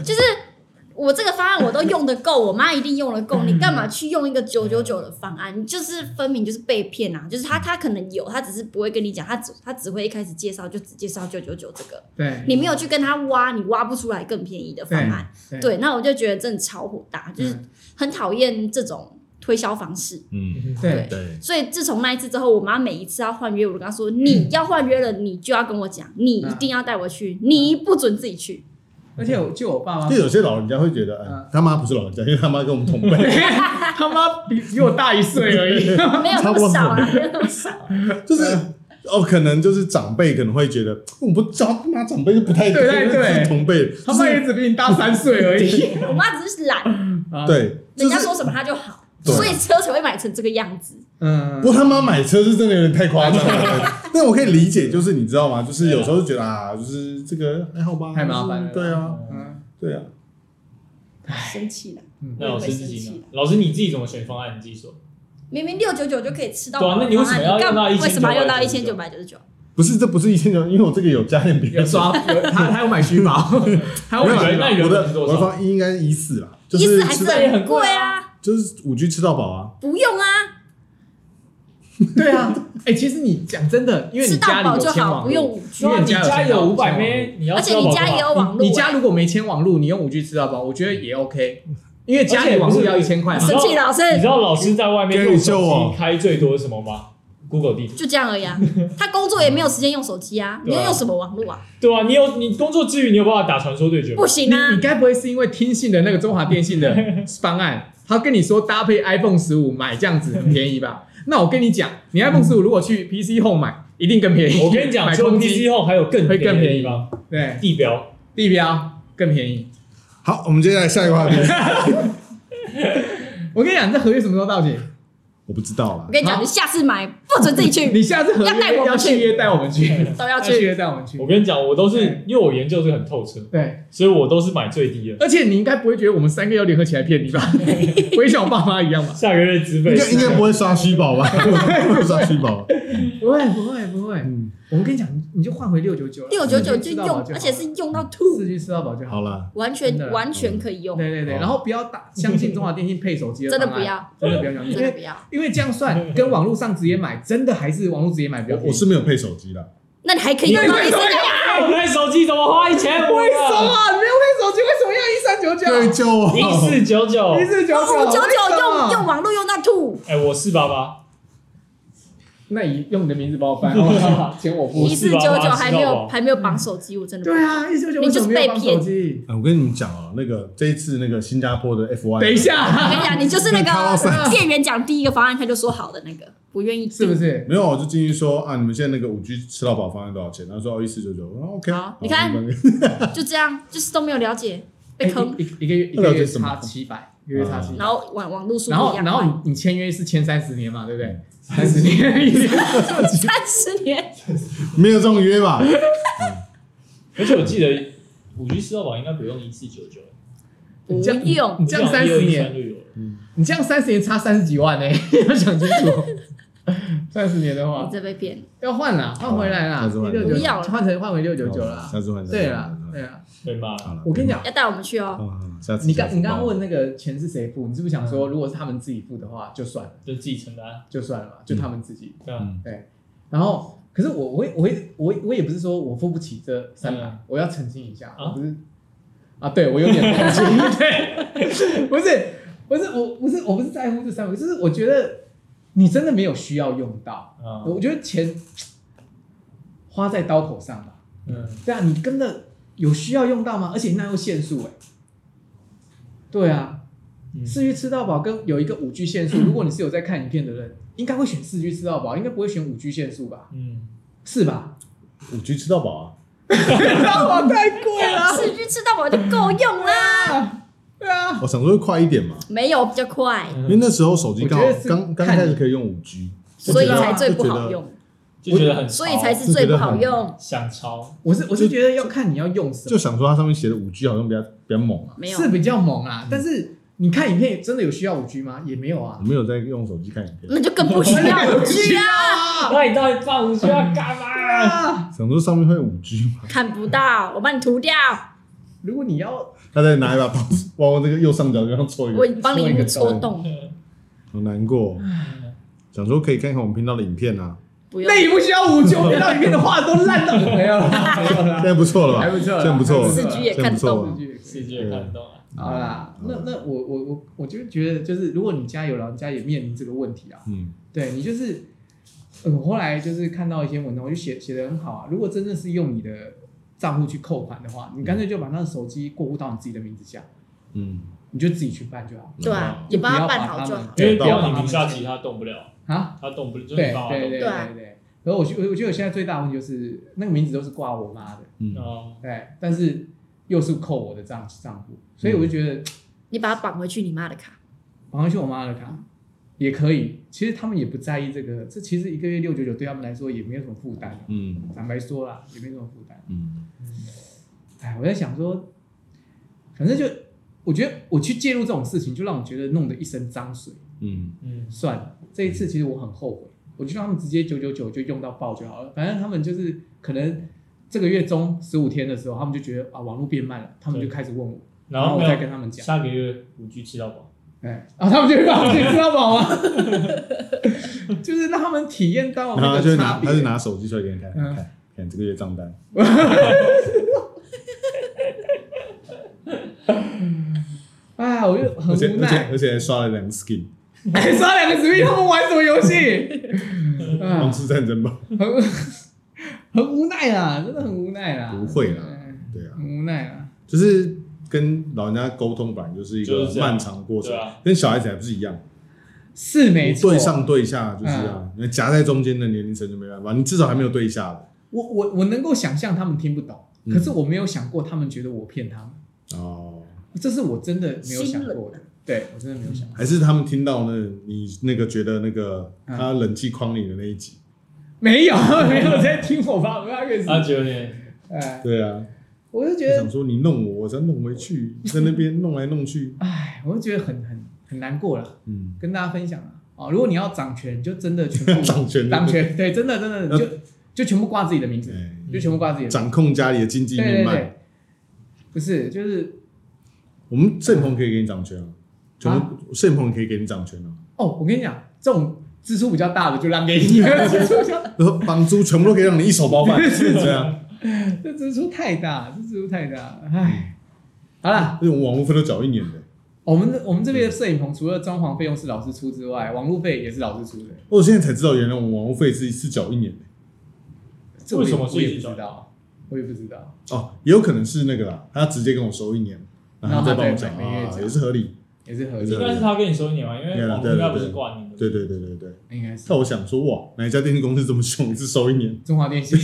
S1: 就是我这个方案我都用得够，我妈一定用得
S2: 嗯
S1: 够，你干嘛去用一个九九九的方案？你就是分明就是被骗啊！就是他他可能有，他只是不会跟你讲，他只他只会一开始介绍就只介绍九九九这个，
S2: 对
S1: 你没有去跟他挖，你挖不出来更便宜的方案。
S2: 对
S1: 对，那我就觉得真的超火大，就是
S2: 嗯
S1: 很讨厌这种推销方式。
S4: 嗯，
S2: 对，
S4: 对，
S1: 所以自从那一次之后，我妈每一次要换约，我就跟她说：“你要换约了，你就要跟我讲，你一定要带我去，你不准自己去。
S2: 而且我就我爸妈
S4: 就有些老人家会觉得，哎
S2: 嗯，
S4: 他妈不是老人家，因为他妈跟我们 同辈，
S2: 他妈比比我大一岁而已，”
S1: 没有
S4: 差
S1: 那
S4: 不
S1: 么
S4: 多
S1: 少啊，没有那么少。
S4: 就是哦，可能就是长辈可能会觉得，我不知道他妈长辈就不太
S2: 对对对
S4: 是同辈，
S2: 他妈
S4: 就是
S2: 也只比你大三岁而已。
S1: 我妈只是懒，
S2: 啊，
S4: 对，
S1: 人
S4: 就
S1: 家
S4: 是
S1: 说什么她就好，
S4: 对
S1: 所以车才会买成这个样子。
S2: 嗯
S4: 不，过他妈买车是真的有点太夸张 了。但我可以理解，就是你知道吗？就是有时候就觉得啊，就是这个还好吧，
S2: 太麻烦了
S4: 就是对啊，
S2: 嗯，
S4: 对啊，
S1: 生气了，
S3: 那老师自己呢？老师你自己怎么选方案？你自己说。
S1: 明明六九九就可以吃到
S3: 对啊
S1: 饱
S3: 那你为什么要
S1: 干嘛
S3: 用到
S1: 为什么要用到一千
S3: 1999
S1: 九百九十九？
S4: 不是，这不是一千九，因为我这个有加点别
S2: 有
S4: 的。
S2: 刷，有他他有买虚 毛，他有啊买虚
S4: 没有
S3: 原
S2: 毛
S3: 来
S4: 啦，
S3: 原
S4: 我
S3: 本是
S4: 的
S3: 多
S4: 我
S3: 少
S4: 的方应该一四啦，就
S1: 一四
S4: 是
S1: 还
S4: 吃
S1: 是
S3: 到也很
S1: 很
S3: 贵
S1: 贵
S3: 啊
S1: 啊，
S4: 就是五 G 吃到饱啊，
S1: 不用啊，
S2: 对啊，哎、其实你讲真的，因为你
S1: 吃
S2: 家
S1: 到
S2: 里
S1: 饱
S2: 有
S1: 就
S2: 牵
S1: 好，
S2: 网
S1: 不用
S2: 路，
S1: 五 G
S2: 因。为
S3: 你
S2: 你家有
S3: 家
S2: 钱啊
S3: 有五百
S2: 我知道
S3: m 你要
S1: 而
S3: 吃
S1: 且
S3: 到
S1: 你
S3: 饱
S1: 家也有
S3: 吧
S1: 网络、哎
S2: 你家如果没牵网路，你用五 G 吃到饱，我觉得也 OK，因为家里网路要一千块嘛
S3: 而且。
S1: 生气老师
S3: 你知道老师在外面用手
S4: Gary 救我
S3: 机开最多什么吗？Google 地图。
S1: 就这样而已啊。他工作也没有时间用手机啊，你要用什么网络啊？
S3: 对啊，你有你工作之余，你有办法打传说对决吗
S1: 不？行
S2: 你
S1: 啊
S2: 你！该不会是因为听信的那个中华电信的方案，他跟你说搭配 iPhone 十五买这样子很便宜吧？那我跟你讲，你 iPhone 十五如果去 PC Home 买，一定更便宜。
S3: 我跟你讲，
S2: 买
S3: 除了
S2: 空机
S3: PC 后还有更
S2: 会更
S3: 便
S2: 便宜
S3: 宜的地方，
S2: 对
S3: 地标。
S2: 地标更便宜。
S4: 好，我们接下来下一个话题，
S2: 我跟你讲，这合约什么时候到期？
S4: 我不知道啦
S1: 我。跟你讲，
S2: 好
S1: 你下次买不准自己去，
S2: 你下次合
S1: 要带
S2: 约
S1: 我们
S2: 要续
S1: 去
S2: 约带我们去，
S1: 都 要
S2: 续
S1: 去。
S2: 约带我们去
S3: 我。跟你讲，我都
S2: 对
S3: 是因为我研究这个很透彻，
S2: 对，
S3: 所以我都是买最低的。
S2: 而且你应该不会觉得我们三个要联合起来 骗你吧？我也像我爸妈一样吧？
S3: 下个月资
S4: 应
S3: 费
S4: 该应该不会刷虚宝 吧？不会刷虚宝。
S2: 不会，不会，不会。
S4: 嗯，
S2: 我们跟你讲，你就换回六九九，
S1: 六九九就
S2: 四 G 吃到
S1: 用
S2: 饱，就好
S1: 而且是用到吐，
S2: 四 G 吃到饱就好。
S4: 好啦，
S1: 完
S2: 真的
S1: 全完全可以用，
S2: 对对对，
S4: 好
S2: 然后不要打相信中华电信配手机
S1: 真的
S2: 方
S1: 不
S2: 案，
S1: 要，
S2: 真的不要相信，
S1: 真
S2: 因
S1: 的
S2: 为
S1: 不要。
S2: 因为这样算跟网络上直接买，真的还是网络直接买比较
S4: 我
S2: 便宜。
S4: 我是没有配手机的，
S1: 那你还可以用到你身上，
S3: 哎我那手机怎么花一千五
S2: 为什
S3: 啊？
S2: 么你没有配手机？为什么要一三九
S4: 对，啊
S2: 九？
S4: 救我！
S3: 一 四九九，
S2: 一啊四九
S1: 五
S2: 九
S1: 哦九九用用网络用到吐，
S3: 哎，我四八八，
S2: 那你用你的名字帮我办，好不好钱我付
S1: 一。四九九还没
S3: 知道
S1: 有
S3: 吧
S1: 还没有绑手机，我真的不
S2: 对啊，一九九为
S1: 你
S2: 什
S1: 就
S2: 么
S1: 是
S2: 没
S1: 被
S2: 有绑手机？
S4: 哎我跟你们讲哦，那个这一次那个新加坡的 F Y，
S2: 等一，下
S1: 我，跟你讲，你就是那
S4: 卡到
S1: 个
S4: 三
S1: 店员讲第一个方案他就说好的那个，不愿意
S2: 是不
S1: 是？
S2: 是？
S4: 没有，我就进去说啊，你们现在那个五 G 吃到饱方案多少钱？他说哦一四九九，我说 OK，
S1: 好你看
S4: 我们
S1: 就这样，就是都没有了解，被坑，嗯
S2: 一一一个月一
S4: 那
S2: 个
S4: 了
S2: 月
S4: 解什么
S2: 差七百，一个月差七百
S1: 然。后网网络速
S2: 哎然
S1: 度一
S2: 后，
S1: 样
S2: 然后
S1: 快，
S2: 你你签约是签三十年嘛，对不
S4: 嗯
S2: 对？三十年，
S1: 三十年
S4: 没有这种约吧？
S3: 而且我记得五 G 吃到饱应该不用一四九九，
S1: 不
S2: 这样
S1: 用，
S2: 你这样三十年
S3: 123，就有了。
S2: 你这样三十年差三十几万呢、 要想清楚。三十年的
S1: 你
S2: 话
S1: 这被骗，
S2: 要换啦，换回来啦，
S4: 下次
S2: 一
S4: 换
S2: 六九
S1: 不要了
S2: 换成换回六九九啦
S4: 下。次换，下次换
S2: 对啦，对，啦，
S3: 对吗？
S4: 好了，嗯
S2: 我跟你讲，
S1: 要带我们去哦。
S4: 好，好好下次
S2: 你刚
S4: 下次
S2: 你刚刚问那个钱是谁付，你是不是想
S3: 嗯
S2: 说如果是他们自己付的话就算了，
S3: 就自己承担，
S2: 就算了嘛，就他们自己。
S3: 对啊，
S2: 然后可是我我也我会我也我也不是说我付不起这三百、
S3: 嗯
S2: 我要澄清一下，
S3: 啊
S2: 我不是啊，对我有点忘 记，对，不是不是我不是我不是在乎这三百，就是我觉得你真的没有需要用到。
S3: 嗯
S2: 我觉得钱花在刀口上吧。
S3: 嗯，
S2: 对啊，你真的有需要用到吗？而且那又限速哎、对啊，
S3: 嗯
S2: 四 G 吃到饱跟有一个五 G 限速，如果你是有在看影片的人，应该会选四 G 吃到饱，应该不会选五 G 限速吧？
S3: 嗯，
S2: 是 吧？
S4: 五 G 吃到饱啊，
S2: 到饱太贵了。
S1: 四 G 吃到饱就够用啦，
S2: 对啊，嗯
S4: 我想说会快一点嘛，
S1: 没有比较快，
S4: 因为那时候手机刚好
S2: 我觉得是
S4: 刚刚开始可以用五 G，
S1: 所
S2: 啊
S1: 以才最不好用，
S3: 就觉得很潮，
S1: 所以才是最不好用。
S3: 想超，
S2: 我是我是觉得要看你要用什么
S4: 就，想说它上面写的五 G 好像比较比较猛啊，
S1: 没有
S2: 是比较猛啊。但是你看影片真的有需要五 G 吗？也没有
S4: 我
S2: 啊。
S4: 没有在用手机看影片，
S2: 嗯
S1: 那就更不需要 五 G 啊，
S3: 那你到底放五 G 要干嘛？
S2: 啊，
S4: 想说上面会五 G 嘛，
S1: 看不到，我帮你涂掉，
S2: 如果你要
S4: 他再拿一把刀往我这个右上角这样戳一
S1: 我
S4: 个，
S1: 帮你戳洞，
S4: 好难过。哦想说可以看看我们频道的影片啊，
S1: 不用
S2: 那。也不需要五 G，我看到里面的话都烂到没有啦， 没有啦
S4: 现。在不错了
S2: 还
S4: 吧？
S2: 不错啦，
S4: 这样不错
S1: 四 G 也看得
S4: 这样
S1: 懂
S4: 不，
S3: 世界看不懂啊，
S2: 好啦，那那我我我我就觉得，就是如果你家有老人家也面临这个问题啊，
S4: 嗯，
S2: 对你就是，呃我后来就是看到一些文章，我就写写的很好啊。如果真的是用你的账户去扣款的话，你干脆就把那个手机过户到你自己的名字下，
S4: 嗯，
S2: 你就自己去办就好
S1: 对啊，你帮他办好就好。
S3: 因为只要你名下其实他动不了，
S2: 啊。
S3: 他动不了，就是
S2: 对
S3: 你爸妈
S2: 对
S3: 动不
S2: 对
S3: 了。
S1: 对啊
S2: 对对。然后我觉我觉得我现在最大的问题就是那个名字都是挂我妈的，
S3: 哦，
S2: 对，但是又是扣我的账账户，所以我就觉得
S1: 你把它绑回去你妈的卡，
S2: 绑上去我妈的卡也可以。其实他们也不在意这个，这其实一个月六九九对他们来说也没有什么负担。
S4: 嗯
S2: 坦白说啦，也没什么负担。
S4: 嗯，
S2: 哎，我在想说，反正就我觉得我去介入这种事情，就让我觉得弄得一身脏水。
S4: 嗯，
S3: 嗯，
S2: 算了，这一次其实我很后悔，我就让他们直接九九九就用到爆就好了。反正他们就是可能这个月中十五天的时候，他们就觉得啊网络变慢了，他们就开始问我，
S3: 然后
S2: 我
S3: 没
S2: 再
S3: 有，
S2: 跟他们讲。
S3: 下个月五 G 吃到饱，
S2: 哎，然后他们就会把我去吃到饱吗？ 就是让他们体验到
S4: 然后
S2: 那
S4: 他就
S2: 个
S4: 会
S2: 差
S4: 拿，
S2: 别
S4: 他。就拿手机出来给你看，
S2: 嗯
S4: 看看这个月账单，
S2: 哎，我就很
S4: 而且
S2: 无
S4: 而且
S2: 奈。
S4: 而且还刷了两个 skin，
S2: 哎，刷两个纸币，他们玩什么游 戏？啊
S4: 王，室战争吧？
S2: 很很无奈啦，真的很无奈啦。
S4: 不会啦
S2: 哎
S4: 对啊，
S2: 很无奈啦。
S4: 就是跟老人家沟通本来就是一
S3: 就
S4: 个
S3: 是这样
S4: 漫长过程
S3: 对啊，
S4: 跟小孩子还不是一样，
S2: 是没
S4: 你
S2: 错。
S4: 对上对下就是啊，那夹在中间的年龄层就没办法，你至少还没有对下的
S2: 我我我能够想象他们听不懂，
S4: 嗯
S2: 可是我没有想过他们觉得我骗他们，
S4: 哦。
S2: 这是我真的没有想过的。对我真的没有想过，
S4: 还是他们听到那你那个觉得那个
S2: 嗯
S4: 他冷气框里的那一集，
S2: 没有没有在听我吧？不要开始。
S3: 啊，九年，
S2: 哎，
S4: 对啊，
S2: 我就觉
S4: 就
S2: 得
S4: 想说你弄我，我再弄回去，在那边弄来弄去，
S2: 哎，我就觉得很很很难过了，
S4: 嗯，
S2: 跟大家分享啊。哦，如果你要掌权，就真的全部
S4: 掌权
S2: 掌权，对，真的真的
S4: 要
S2: 就就全部挂自己的名字，
S4: 哎
S2: 就全部挂自己的名字。
S4: 掌控家里的经济
S2: 对
S4: 命
S2: 对
S4: 脉。
S2: 对，不是，就是
S4: 我们摄影棚可以给你掌权啊，全
S2: 啊
S4: 部摄影棚可以给你掌权啊，
S2: 哦，我跟你讲，这种支出比较大的就让给你， 支出比较
S4: 然后房租全部都可以让你一手 包办，啊是这样。
S2: 这支出太大，这支出太大，唉。好啦，
S4: 那种网络费都缴一年的，
S2: 我们我们这边的摄影棚除了装潢费用是老师出之外，网路费也是老师出的。
S4: 我现在才知道原来我们网络费是一次缴一年的
S2: 这我也
S3: 为什么是
S2: 我也
S3: 一
S2: 不
S3: 种
S2: 知道？我也不知道。
S4: 哦，也有可能是那个啦，他直接跟我收一年，然后再帮我缴
S2: 然后他再每个月
S4: 啊，
S2: 缴
S4: 也是合理。
S2: 也是合理
S3: 应，该是他跟你收一年吧，因为网红应该不是挂你的，
S4: 对对对对对。
S2: 应该是
S4: 但我想说，哇，哪一家电信公司这么凶，一次收一年，
S2: 中华电信，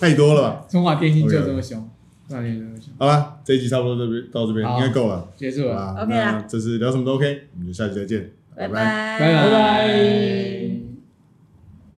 S4: 太多了吧？
S2: 中华电信就这么凶，中华电信就这么凶，
S4: 好啦，这一集差不多这边到这边
S2: 好
S4: 应该够了，
S2: 结束
S4: 好
S2: 了，
S4: 吧？
S1: OK 啦
S4: 那这次聊什么都 OK，我们就下期再见，
S1: 拜
S4: 拜。
S1: 拜
S2: 拜
S3: 拜拜